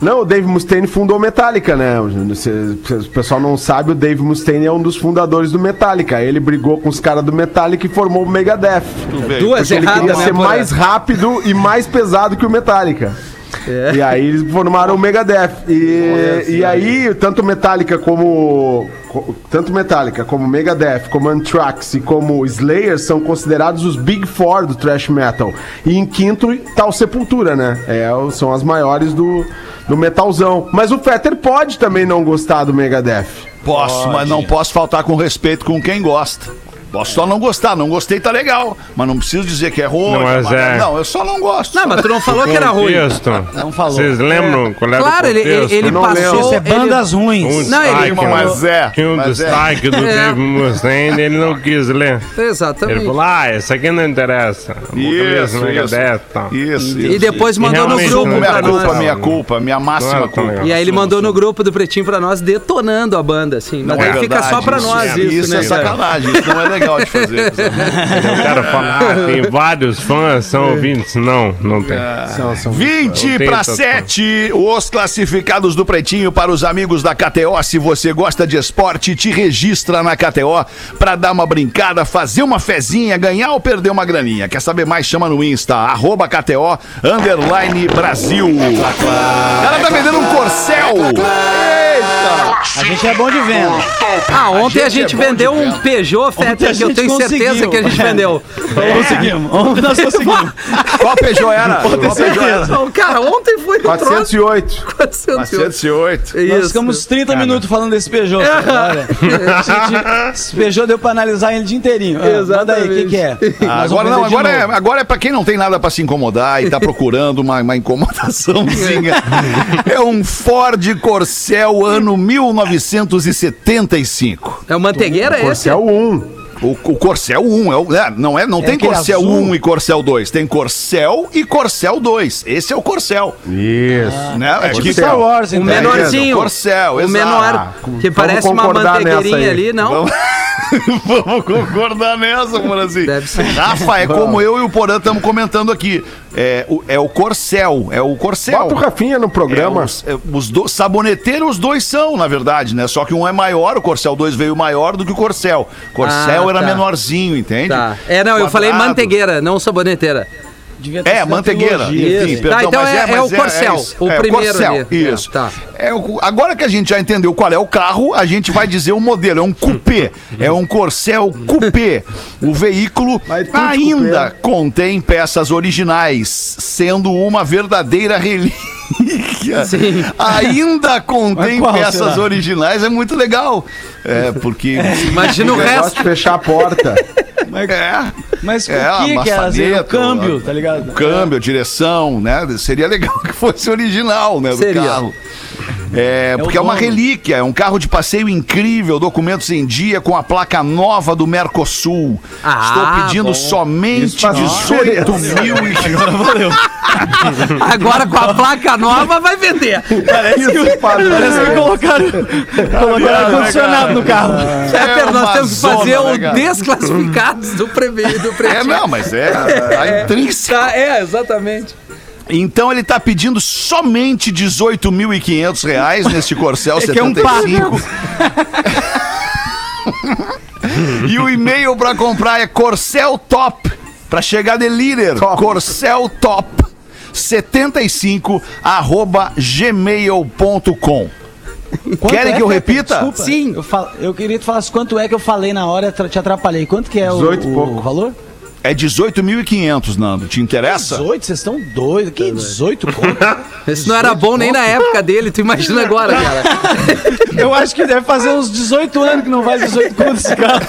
Não, o Dave Mustaine fundou Metallica, né? Se, se o pessoal não sabe, o Dave Mustaine é um dos fundadores do Metallica. Ele brigou com os caras do Metallica e formou o Megadeth.
vê.
Duas
Porque ele
erradas,
queria
né,
ser
Porã?
mais rápido e mais pesado que o Metallica. E aí eles formaram o Megadeth. E, e aí, tanto Metallica como. co- Tanto Metallica como Megadeth, como Anthrax e como Slayer são considerados os Big Four do thrash metal. E em quinto tá o Sepultura, né? É, o- são as maiores do, do metalzão. Mas o Fetter pode também não gostar do Megadeth.
Posso, mas não posso faltar com respeito com quem gosta. Posso só não gostar. Não gostei, tá legal. Mas não preciso dizer que é ruim.
Não, mas
amarelo.
é.
não eu só não gosto.
Não, mas tá- tu não falou que era ruim.
Contexto.
Não falou.
um Vocês lembram qual era
Claro,
o
ele,
contexto?
ele, ele
não
passou.
Isso é
ele-
bandas
Um
ruins.
Não, ele-
destaque,
Não, mas
né?
é,
Tinha um
mas é.
destaque do
É.
Dave Mustaine, ele não quis ler. Ele
Exatamente.
falou, ah, essa aqui não interessa. né,
Isso,
Não
isso. Isso, isso.
E depois mandou no
realmente
grupo
não
Minha
pra
era
nós.
é culpa,
nós.
minha culpa, minha máxima
Claro, tá
é culpa.
legal.
E aí ele mandou no grupo do Pretinho pra nós, detonando a banda, assim. Mas aí fica só pra
é isso,
nós
é-
isso,
Isso
né?
é
cara?
sacanagem, isso não é legal de fazer.
O cara fala, ah, tem vários fãs, são ouvintes. Não, não tem.
são
20
tenho
para
tanto
7, os classificados do Pretinho para os amigos da KTO. Se você gosta de esporte, te registra na KTO para dar uma brincada, fazer uma fezinha, ganhar ou perder uma graninha. Quer saber mais? Chama no Insta, arroba KTO, underline Brasil. O cara tá vendendo um corcel. Eita!
A gente é bom de venda.
Ah, ontem a gente,
é bom de
vendeu um Peugeot
a
Fetter que eu
gente
tenho certeza
conseguiu.
que a gente vendeu.
Conseguimos. Ontem nós conseguimos.
Qual Peugeot era? Qual
ter
Peugeot era?
Não, cara, ontem foi um troço
408.
408.
408.
Nós
Isso.
ficamos 30 minutos falando desse Peugeot. cara, olha. A gente- esse Peugeot deu pra analisar ele o dia inteirinho. Ah, Manda aí, o que, que é?
Ah,
Nós vamos
agora não,
vender de
agora é,
novo.
agora é pra quem não tem nada pra se incomodar e tá procurando uma, uma incomodaçãozinha. É um Ford Corcel ano 1975.
É o Mantegueira esse?
Corcel 1.
O, o Corcel 1, é o, é, não é? Não tem
aquele
Corcel
azul.
1 e Corcel 2, tem Corcel e Corcel 2. Esse é o Corcel.
Isso.
né? É,
Tipo
que-
Star Wars,
O
então.
menor-
É,
menorzinho.
Corcel,
o
exato.
menor, que
Vamos
parece uma
concordar nessa aí.
manteigueirinha ali, não?
Vamos, Vamos concordar nessa, Morazinho.
Deve ser.
Rafa, é como eu e o Porã estamos comentando aqui. É o, é o Corcel, é o Corcel.
Bota o Rafinha no
É,
programa.
os, é, os do, saboneteiros, os dois são, na verdade, né? Só que um é maior, o Corcel 2 veio maior do que o Corcel. Corcel
Ah,
era
tá.
menorzinho, entende?
Tá. É, não, eu falei
Quadrado.
mantegueira, não saboneteira.
Devia ter
É,
sido
mantegueira.
uma trilogia.
Enfim,
Isso. Tá, então é- é o Corcel,
isso.
o primeiro ali.
Isso.
É, tá.
É o- agora que a gente já entendeu qual é o carro, a gente vai dizer o modelo. É um coupé. É um Corcel coupé. O veículo
Mas tudo
ainda contém peças originais, sendo uma verdadeira relíquia.
Sim.
Ainda contém
Mas qual
peças
será?
originais, é muito legal. É, porque.
Imagina o
Eu gosto
resto.
de fechar a porta.
É.
Mas o
É, a
que que era? assim?
maçaneta,
O câmbio,
a-
tá ligado?
O câmbio, a direção, né? Seria legal que fosse original, né? Do
Seria.
carro. É, porque é
o
uma
nome.
relíquia, é um carro de passeio incrível, documentos em dia com a placa nova do Mercosul.
Ah,
Estou pedindo
bom.
somente
Isso faz
18 mil e...
Agora com a placa nova vai vender.
Parece que, parece que colocaram, colocaram ar-condicionado Tá no carro.
Peter, É, nós
É uma
temos que fazer
zona, né,
o
cara?
desclassificados do prêmio do
É,
prêmio.
não, mas é, tá intrínseco.
Tá, é, exatamente.
Então ele tá pedindo somente 18.500 reais nesse Corcel
que é um
75. e o e-mail pra comprar é Corcel Top. Pra chegar de líder,
Top.
Corcel Top 75 arroba gmail.com.
Quanto é?
Querem que eu repita?
Desculpa.
Sim.
Eu, fal- eu queria que tu falasse quanto é que eu falei na hora, tra- te atrapalhei. Quanto que é o,
18 e
o
pouco.
valor?
É 18.500, Nando. Te interessa?
18? Vocês estão doidos. Que 18 conto?
Isso não era bom nem na época dele, tu imagina agora, cara.
Eu acho que deve fazer uns 18 anos que não faz 18 conto esse carro.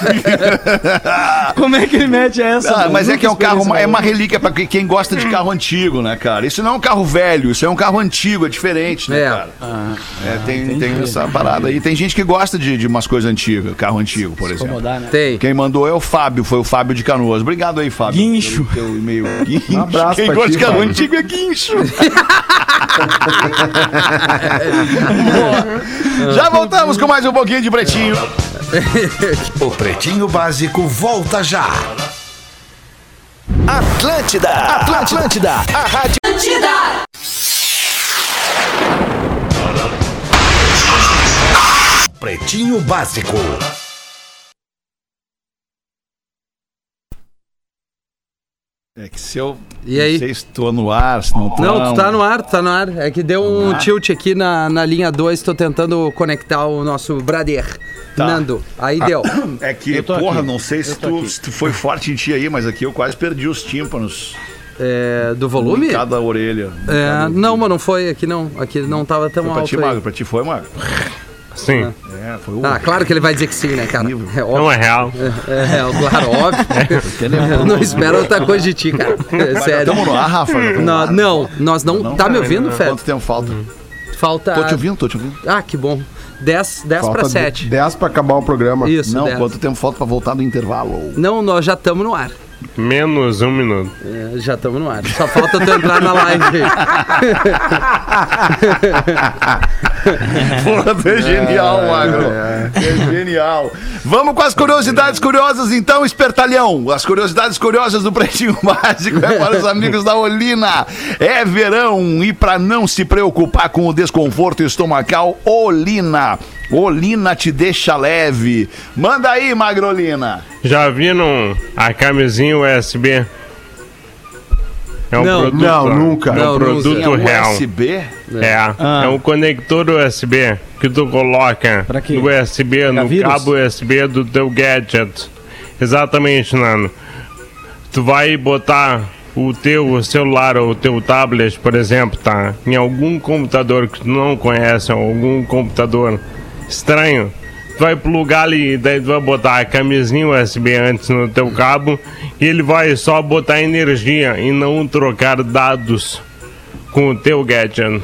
Como é que ele mete essa?
Ah,
mano?
mas é que é um
Nunca
carro,
experimentei
é
esse
uma
valor.
relíquia pra que- quem gosta de carro antigo, né, cara? Isso não é um carro velho, isso é um carro antigo, é diferente, né,
É.
cara? É, tem, tem essa parada aí. Tem gente que gosta de, de umas coisas antigas, carro antigo, por exemplo.
Incomodar, né?
Tem.
Quem mandou é o Fábio, foi o Fábio de Canoas. Obrigado aí, Fábio.
Guincho.
pelo Teu e-mail. Guincho.
Um abraço
Quem
pra
gosta
ti,
de carro
Fábio.
antigo é guincho. Já voltamos com mais um pouquinho de pretinho.
O Pretinho Básico volta já. Atlântida, Atlântida, a rádio. Pretinho Básico.
É que se eu.
E aí?
Não sei se tô no ar, se não tô.
Não, tu tá no ar, tu tá no ar. É que deu um
Tá.
tilt aqui na, na linha 2, tô tentando conectar o nosso brother,
Tá.
Nando. Aí deu.
É que, porra, não sei se tu, se tu foi forte em ti aí, mas aqui eu quase perdi os tímpanos.
É, do volume?
Em cada orelha.
É, não, mas não foi aqui não. Aqui não tava tão
Foi pra ti,
alto. aí.
Magro. Pra ti foi, Magro.
Sim,
É, foi o.
Ah, claro que ele vai dizer que sim, né, cara? É
não
óbvio.
é real.
É, é, claro, óbvio.
é
Eu não espero outra coisa de ti, cara. É sério.
Tamo no ar, Então né? Rafa. já tamo no
Não,
ar.
não, nós não. tá me ouvindo, Fed?
Quanto tempo falta?
Falta.
Tô te ouvindo, tô te ouvindo.
Ah, que bom. 10, 10 para
Falta
7.
10 pra acabar o programa.
Isso,
não,
10.
quanto tempo falta pra voltar do intervalo?
Não, nós já estamos no ar.
Menos um minuto.
É, já estamos no ar. Só falta tu entrar na live.
Porra, tu é genial, Magro. É genial. Vamos com as curiosidades curiosas, então, espertalhão. As curiosidades curiosas do Pretinho Básico é para os amigos da Olina. É verão e para não se preocupar com o desconforto estomacal, Olina. Olina te deixa leve. Manda aí, Magrolina.
Já viram a camisinha USB? É um
Não.
produto.
Não,
ó.
nunca.
É
Não,
um
não
produto
É
real.
USB?
É. É um conector USB que tu coloca
Ah. Pra quê?
no USB, no
vírus?
cabo USB do teu gadget. Exatamente, Nano. Tu vai botar o teu celular ou o teu tablet, por exemplo, tá? Em algum computador que tu não conhece, ou algum computador estranho. Tu vai plugar ali, daí tu vai botar a camisinha USB antes no teu cabo e ele vai só botar energia e não trocar dados com o teu gadget.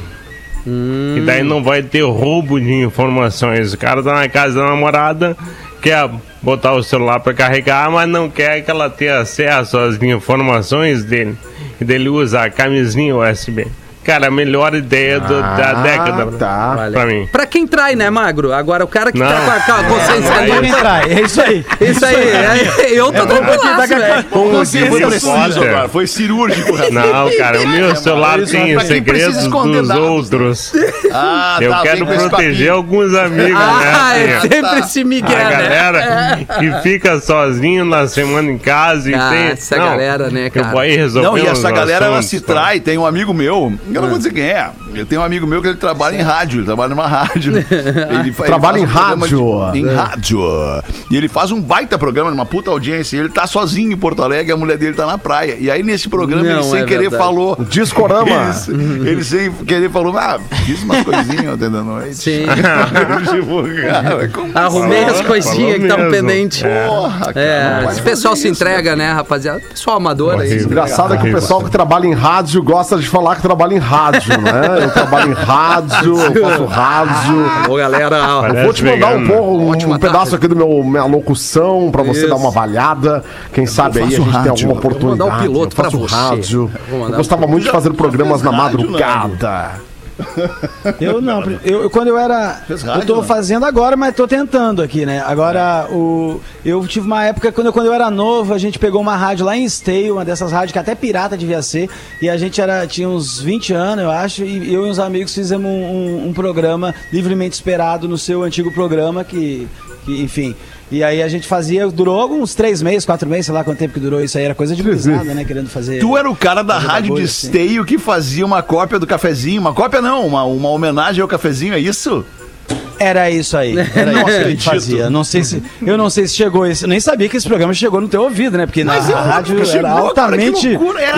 E daí não vai ter roubo de informações. O cara tá na casa da namorada, quer botar o celular pra carregar, mas não quer que ela tenha acesso às informações dele. E daí ele usa a camisinha USB. Cara, a melhor ideia do-
Ah,
da década
tá.
pra mim.
Pra quem trai, né, Magro? Agora, o cara que
Não.
tá com a, com a consciência
Aí
limpa.
ninguém trai. É isso aí.
Isso aí, é- eu tô tranquilaço, velho.
Foi
Consciência
preciso
suja.
agora, foi cirúrgico.
Não, cara, o meu celular
isso,
tem
pra
os
quem precisa
segredos
esconder
dos
dados, né?
outros.
Ah,
Eu
tá,
quero
vem com esse
proteger
papinho.
alguns amigos,
Ah,
né?
é
assim.
sempre esse Miguel,
a
né?
galera que fica sozinho na semana em casa e
Ah,
tem.
essa galera, né, cara?
Eu vou aí resolver
Não, e essa
uns
galera ela se
assuntos, tá?
trai. Tem um amigo meu, eu não vou dizer quem é. Eu tenho um amigo meu que ele trabalha em rádio, ele trabalha numa rádio. Ele fa-
Trabalha
ele faz um
em
programa
rádio.
de- em
É.
rádio. E ele faz um baita programa, uma puta audiência. e Ele tá sozinho em Porto Alegre, a mulher dele tá na praia. E aí nesse programa
Não,
ele sem
é
querer
verdade.
falou.
Discorama.
Isso. Ele sem querer falou, ah, fiz umas coisinhas ontem da noite.
Sim.
Tipo,
Tá
cara, como
Arrumei
Falou,
as coisinhas
falou
que estavam
mesmo.
pendentes.
porra, cara.
É,
não
esse
pode
pessoal
fazer
se
isso,
entrega, né, rapaziada? Pessoal amador aí.
Horrível.
Engraçado é que o
Horrível.
pessoal que trabalha em rádio gosta de falar que trabalha em rádio, né? Eu trabalho em rádio, eu faço rádio.
Ô, galera, ó,
Parece
Vou te mandar um,
vegano.
pouco, um
Ótima
pedaço
tarde.
aqui do meu minha locução pra você
Isso.
dar uma valhada. Quem sabe aí a
faço
gente tem
rádio.
alguma
Eu
vou
oportunidade.
mandar o piloto
eu faço
pra você.
rádio.
Vou mandar
Eu gostava muito de fazer programas na
né,
rádio, Nando?
madrugada.
Eu não, pri- eu, eu- quando eu era. eu
rádio,
tô
não?
fazendo agora, mas tô tentando aqui, né? Agora, o, eu tive uma época, quando eu, quando eu era novo, a gente pegou uma rádio lá em Esteio, uma dessas rádios que até pirata devia ser, e a gente era, tinha uns 20 anos, eu acho, e eu e uns amigos fizemos um, um- um programa livremente esperado no seu antigo programa, que, que, enfim. E aí a gente fazia, durou uns três meses, quatro meses, sei lá quanto tempo que durou isso aí, era coisa de gurizada, né? Querendo fazer.
Tu era o cara da
Fazer
rádio de
bagulho, assim.
esteio que fazia uma cópia do cafezinho. Uma cópia não, uma, uma homenagem ao cafezinho, é isso?
Era isso aí. Era isso que a gente fazia. Não sei se, eu não sei se chegou esse. Nem sabia que esse programa chegou no teu ouvido, né? Porque na
Mas é óbvio
rádio
que
era
chegou, cara, que
altamente
loucura, era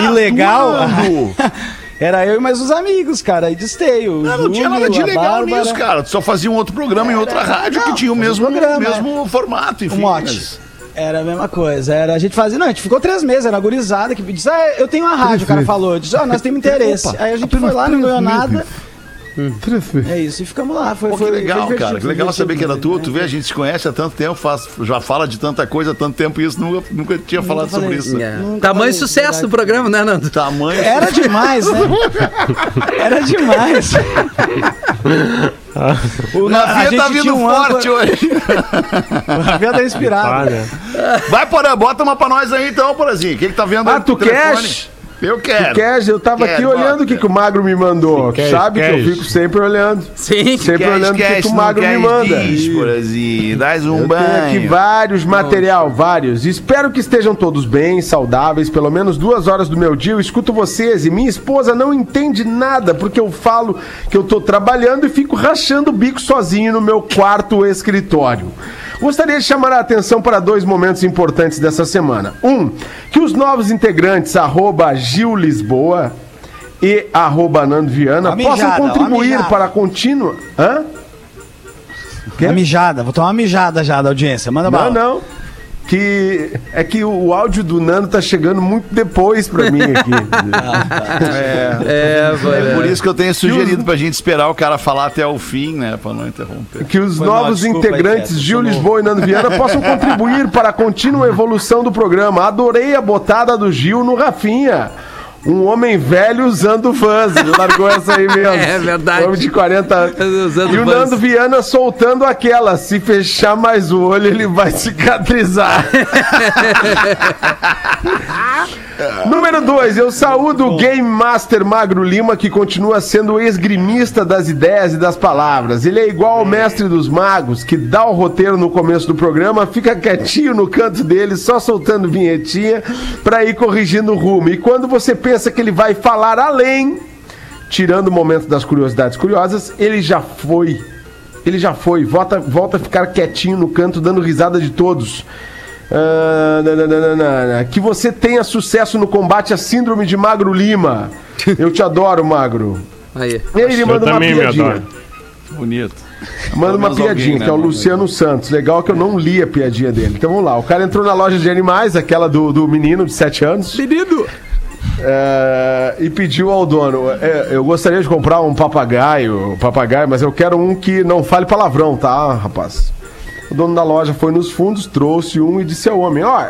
tu,
ilegal.
Nando.
era eu e mais os amigos, cara. E de esteio. o
Não, não tinha
Júlio,
nada de
a
legal
Bárbara.
nisso, cara. Tu só fazia um outro programa em outra rádio que
Não,
tinha o
fazia
mesmo,
um
é.
programa,
mesmo formato, enfim.
Um mote.
mas-
Era a mesma coisa. Era, a gente fazia. Não, a gente ficou três meses, era gurizada que disse, ah, eu tenho uma rádio, o cara falou. Disse, ó, nós temos interesse. aí a gente foi lá, não ganhou nada. É isso, e ficamos lá. Foi,
Hum. Pô,
foi
que
foi
legal,
divertido,
cara. Que
foi
legal saber que era
divertido,
tu.
né?
Tu vê, a gente se conhece há tanto tempo, faz- já fala de tanta coisa há tanto tempo e isso nunca, nunca tinha falado sobre
falei.
isso.
é.
Nunca
Tamanho
falei,
sucesso
verdade.
do programa, né, Nando?
É.
Tamanho.
Era demais, né? Era demais.
o navio tá vindo
um
um
forte hoje.
O navio tá inspirado.
Olha,
Vai, Porã, bota uma pra nós aí então, Porazinho. O que, que tá vendo
Ah,
aí no
tu
telefone?
queres?
Eu quero.
Cash, eu tava
Quer,
aqui
bota.
olhando o que, que o Magro me mandou.
Sim, cash,
Sabe que eu
cash.
fico sempre olhando.
Sim.
Sempre
Queres,
olhando o que,
queres,
que o
não
Magro me
queres,
manda.
Diz, Porazinho. Dás um
Eu tenho
banho.
aqui vários material, vários. Espero que estejam todos bem, saudáveis. Pelo menos duas horas do meu dia eu escuto vocês e minha esposa não entende nada porque eu falo que eu tô trabalhando e fico rachando o bico sozinho no meu quarto escritório. Gostaria de chamar a atenção para dois momentos importantes dessa semana. Um, que os novos integrantes, arroba Gil Lisboa e arroba Nando Viana,
Uma mijada,
possam
uma
contribuir
mijada.
para a contínua. Hã?
Uma É mijada, vou tomar uma mijada já da audiência. Manda
Não,
bala.
não. Que é que o, o áudio do Nando tá chegando muito depois pra mim aqui.
É,
É por
mano.
isso que eu tenho sugerido pra gente esperar o cara falar até o fim, né? Pra não interromper.
que os
Foi mal,
novos
desculpa aí,
integrantes
Jéssica,
Gil
de novo.
Lisboa e Nando Viana possam contribuir para a contínua evolução do programa. Adorei a botada do Gil no Rafinha. Um homem velho usando fãs. Ele largou essa aí mesmo.
É verdade.
Um homem de 40 anos.
Usando
E o
Vans.
Nando Viana soltando aquela. Se fechar mais o olho, ele vai cicatrizar. Número 2, eu saúdo o Game Master Magro Lima, que continua sendo esgrimista das ideias e das palavras. Ele é igual ao mestre dos magos, que dá o roteiro no começo do programa, fica quietinho no canto dele, só soltando vinhetinha, pra ir corrigindo o rumo. E quando você pensa que ele vai falar além, tirando o momento das curiosidades curiosas, ele já foi. Ele já foi. Volta, volta a ficar quietinho no canto, dando risada de todos. Ah, nananana. Que você tenha sucesso no combate à síndrome de Magro Lima. Eu te adoro, Magro.
Aí.
E aí ele
Eu
manda uma
também me
piadinha.
adoro.
Bonito.
Manda uma
menos
piadinha,
alguém, né,
que é o
mano?
Luciano Santos. Legal que eu não li a piadinha dele. Então vamos lá. O cara entrou na loja de animais, aquela do, do menino de 7 anos.
Menino!
É, e pediu ao dono: é, Eu gostaria de comprar um papagaio, papagaio, mas eu quero um que não fale palavrão, tá, rapaz? O dono da loja foi nos fundos, trouxe um e disse ao homem: Ó,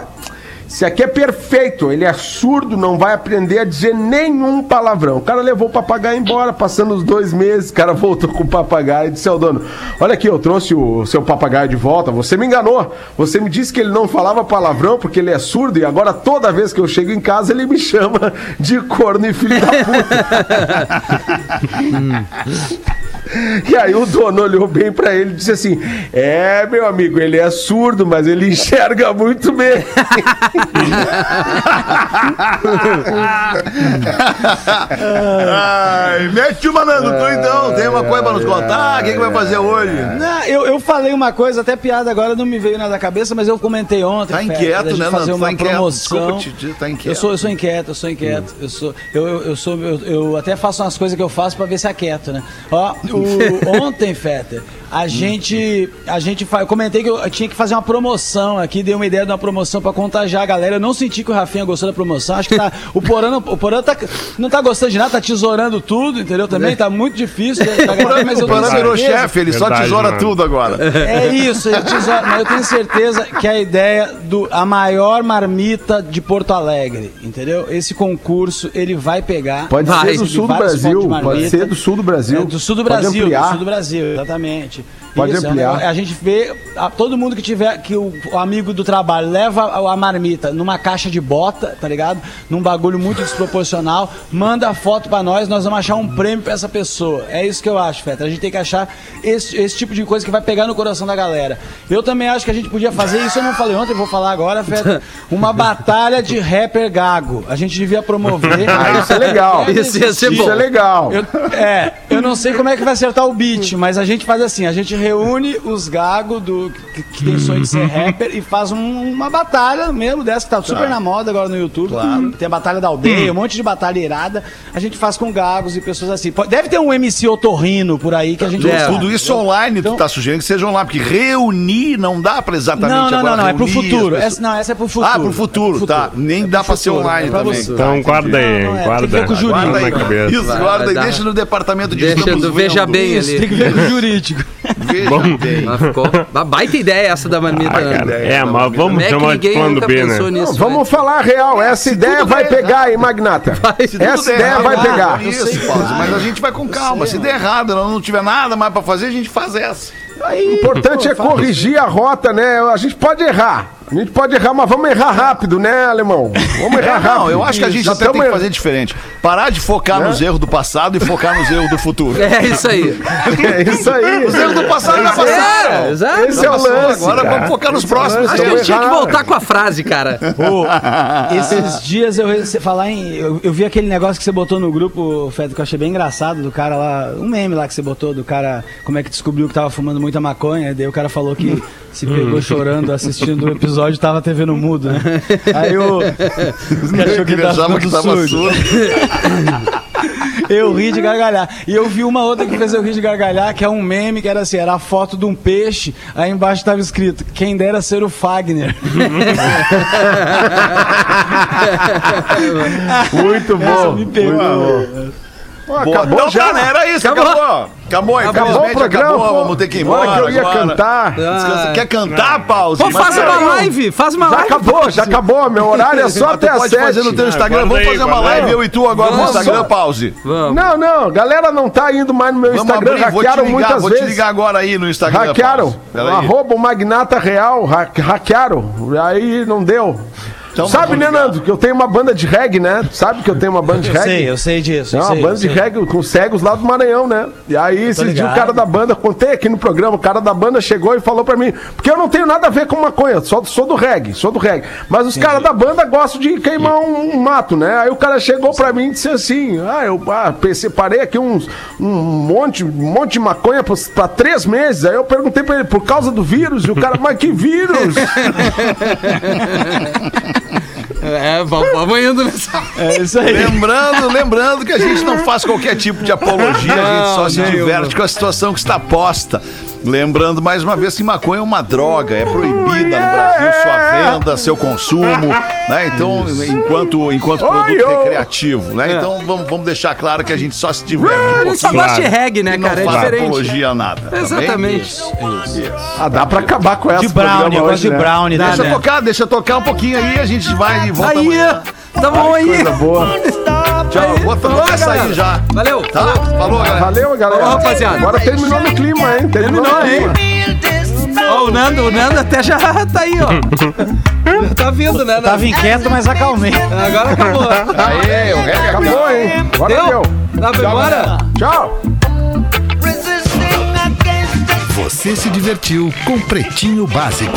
esse aqui é perfeito, ele é surdo, não vai aprender a dizer nenhum um palavrão. O cara levou o papagaio embora, passando os dois meses, o cara voltou com o papagaio e disse ao dono: Olha aqui, eu trouxe o seu papagaio de volta, você me enganou. Você me disse que ele não falava palavrão porque ele é surdo e agora toda vez que eu chego em casa ele me chama de corno e filho da puta. E aí o dono olhou bem pra ele e disse assim: É, meu amigo, ele é surdo, mas ele enxerga muito bem.
Ai, mete uma na- no tu então. Tem uma coisa pra nos contar? O que, que vai fazer hoje?
Não, eu, eu falei uma coisa, até piada agora não me veio nada à cabeça, mas eu comentei ontem.
Tá
Fera,
inquieto,
da gente
né,
fazer
Nando?
uma
Tá inquieto.
promoção.
Desculpa te dizer, tá inquieto.
Eu sou, eu sou inquieto, eu sou inquieto. Eu sou, eu, eu, eu sou, eu, eu até faço umas coisas que eu faço pra ver se aquieto, né? Ó, o- ontem, Feta, a gente, a gente, fa- eu comentei que eu tinha que fazer uma promoção aqui, dei uma ideia de uma promoção pra contagiar a galera. Eu não senti que o Rafinha gostou da promoção. Acho que tá, o Porã, não, o Porã tá, não tá gostando de nada, tá tesourando tudo, entendeu? Também tá muito difícil. né, pra galera, mas eu
É. O
tenho
Pana virou
certeza-
chefe, ele só
Verdade,
tesoura
mano.
tudo agora.
é isso, eu, te zo- mas eu tenho certeza que a ideia do a maior marmita de Porto Alegre, entendeu? Esse concurso ele vai pegar.
Pode
Vai,
ser do
de
sul do
vários
Brasil,
pontos de
pode
marmita.
ser do sul do Brasil.
É, do sul do
Pode
Brasil, do
ampliar.
sul do Brasil, exatamente.
Pode
é um
ampliar.
negócio- a gente vê a- todo mundo que tiver, que o, o amigo do trabalho leva a, a marmita numa caixa de bota, tá ligado? Num bagulho muito desproporcional, manda a foto pra nós, nós vamos achar um prêmio pra essa pessoa. É isso que eu acho, Feta. A gente tem que achar esse, esse tipo de coisa que vai pegar no coração da galera. Eu também acho que a gente podia fazer, isso eu não falei ontem, eu vou falar agora, Feta, uma batalha de rapper gago. A gente devia promover.
Ah, isso é legal.
Isso ia ser
Isso
bom.
é legal.
Eu- é, eu não sei como é que vai acertar o beat, mas a gente faz assim, a gente reúne os gagos do que, que tem sonho de
Uhum.
ser rapper e faz um- uma batalha mesmo dessa que tá super na moda agora no YouTube. Tem a batalha da
Hum.
aldeia, um monte de batalha irada. A gente faz com gagos e pessoas assim. Pode- Deve ter um MC otorrino por aí que a gente
Deve.
sabe.
Tudo isso online, tu tá sugerindo que seja online, porque reunir não dá pra exatamente
Não, não,
agora
não, não, é pro
tipo, reunir as
futuro.
pessoas.
Essa, não, essa é pro futuro.
Ah, pro futuro, tá. Nem dá pra ser online
pra
também.
você.
Tá,
Então
entendi.
guarda aí,
Não, não é, tem que
guarda.
ver com o né?
Guarda
jurídico.
Guarda na
aí,
cabeça.
isso, guarda
vai
aí,
dar.
deixa no departamento de
Deixa
estamos
do Veja
vendo.
Bem
Isso,
ali.
tem que ver com o jurídico.
Veja bem.
Mas ficou. Uma baita ideia essa da marmita.
Ah,
né?
cara, é,
Não,
mas
Como
vamos
é que
chamar de
ninguém
plano
nunca
B, né?
pensou nisso?
Não,
é
vamos falar a real, essa ideia vai pegar, hein, Magnata?
se tudo
Essa
der
ideia
errado,
vai
não,
pegar.
Eu sei que
Isso, Paulo,
vai.
mas a gente vai com calma. Se der errado, ela não tiver nada mais pra fazer, a gente faz essa.
O importante é corrigir a rota, né? A gente pode errar. A gente pode errar, mas vamos errar rápido, né, alemão? Vamos errar
É,
rápido.
não, eu acho que a gente
Já
até tem
tamo É.
que
errando.
fazer diferente. Parar de focar nos erros do passado e focar nos erros do futuro.
É isso aí.
É isso aí.
Os erros do passado já passaram.
É, exato.
Esse é o lance.
Agora
cara.
vamos focar nos próximos. né?
Esse é o
Acho que
lance.
a gente tinha que
erraram.
voltar com a frase, cara.
Ô, esses dias eu rece- falar em. Eu, eu vi aquele negócio que você botou no grupo, Fed, que eu achei bem engraçado, do cara lá. Um meme lá que você botou, do cara. Como é que descobriu que tava fumando muita maconha? E daí o cara falou que se
Hum.
pegou chorando assistindo o episódio e tava TV no mudo, né? Aí eu. Ele achou que
Ele
tava
achava que
ficando
tava
surdo.
surdo.
Eu ri de gargalhar. E eu vi uma outra que fez eu rir de gargalhar, que é um meme que era assim, era a foto de um peixe, aí embaixo tava escrito, quem dera ser o Fagner.
Muito
Essa
bom.
me pegou.
Pô,
Boa.
acabou
então,
já.
tá, né? Era isso, acabou.
Acabou.
Acabou,
Acabou
acabou
o
infelizmente
programa.
acabou.
pô.
Vamos ter que ir
Olha
embora.
que eu ia
agora.
cantar.
Descansa. Quer cantar, pausa?
Pô, faz uma live, faz uma
Já
live.
acabou, já acabou. Meu horário é só
Só
até
tu
às
pode fazer no
sete.
teu Instagram.
Guarda
Vamos
aí,
fazer uma
guarda aí.
live, eu e tu, agora no
Vamos.
Instagram, pause.
Vamos.
Não, não, galera não tá indo mais no meu
Vamos
Instagram.
abrir, vou te
hackearam
ligar,
muitas
vou te
vezes.
ligar agora aí no Instagram.
Hackearam.
pausa. Pera aí.
Arroba o Magnata Real. ha- Hackearam. Aí não deu.
Então,
Sabe,
vamos
né,
ligar.
Nando, que eu tenho uma banda de reggae, né? Tu Sabe que eu tenho uma banda de
Eu
reggae?
sei, eu sei disso.
É
eu
uma
sei,
banda
eu
de
sei.
reggae com cegos lá do Maranhão, né? E aí, esses dias, o
assim, né? ligado.
cara da banda, contei aqui no programa, o cara da banda chegou e falou pra mim, porque eu não tenho nada a ver com maconha, só sou do reggae, sou do reggae. Mas os caras da banda gostam de queimar um, um mato, né? Aí o cara chegou pra mim e disse assim: ah, eu ah, pe- separei aqui uns, um monte, um monte de maconha pros- pra três meses. Aí eu perguntei pra ele, por causa do vírus? E o cara, mas que vírus?
É, vamos, vamos indo nessa.
É isso aí.
Lembrando, lembrando que a gente não faz qualquer tipo de apologia, a gente só se diverte com a situação que está posta. Lembrando mais uma vez que maconha é uma droga, é proibida no Brasil sua venda, seu consumo, né? Então, enquanto, enquanto produto
Oi, ô.
recreativo, né? Então vamos, vamos deixar claro que a gente só se diverte. um
Ele só
pouquinho.
gosta de reggae, né,
E não
cara? É
faz
diferente.
apologia a nada. tá bem?
Exatamente.
ah, dá pra acabar com essa
De brownie, eu gosto de brownie, né?
Deixa tocar, deixa tocar um pouquinho aí, a gente vai e volta
Aí,
amanhã.
tá bom aí.
Coisa boa.
Tchau, vou
Falou,
tocar essa aí
galera.
já.
Valeu.
Tá? Falou, galera.
Valeu, galera.
Falou, rapaziada.
Agora terminou no clima, hein? Terminou,
Terminou,
no
hein?
clima.
Ó, o Nando, o Nando até já tá aí, ó. tá vindo, né?
Tava
Nando?
inquieto, mas acalmei.
Agora acabou.
Aê, o reggae acabou.
Acabou, hein? Agora
Deu?
deu.
Dá pra ir embora?
Tchau.
Resisting against the
Você se divertiu com Pretinho Básico.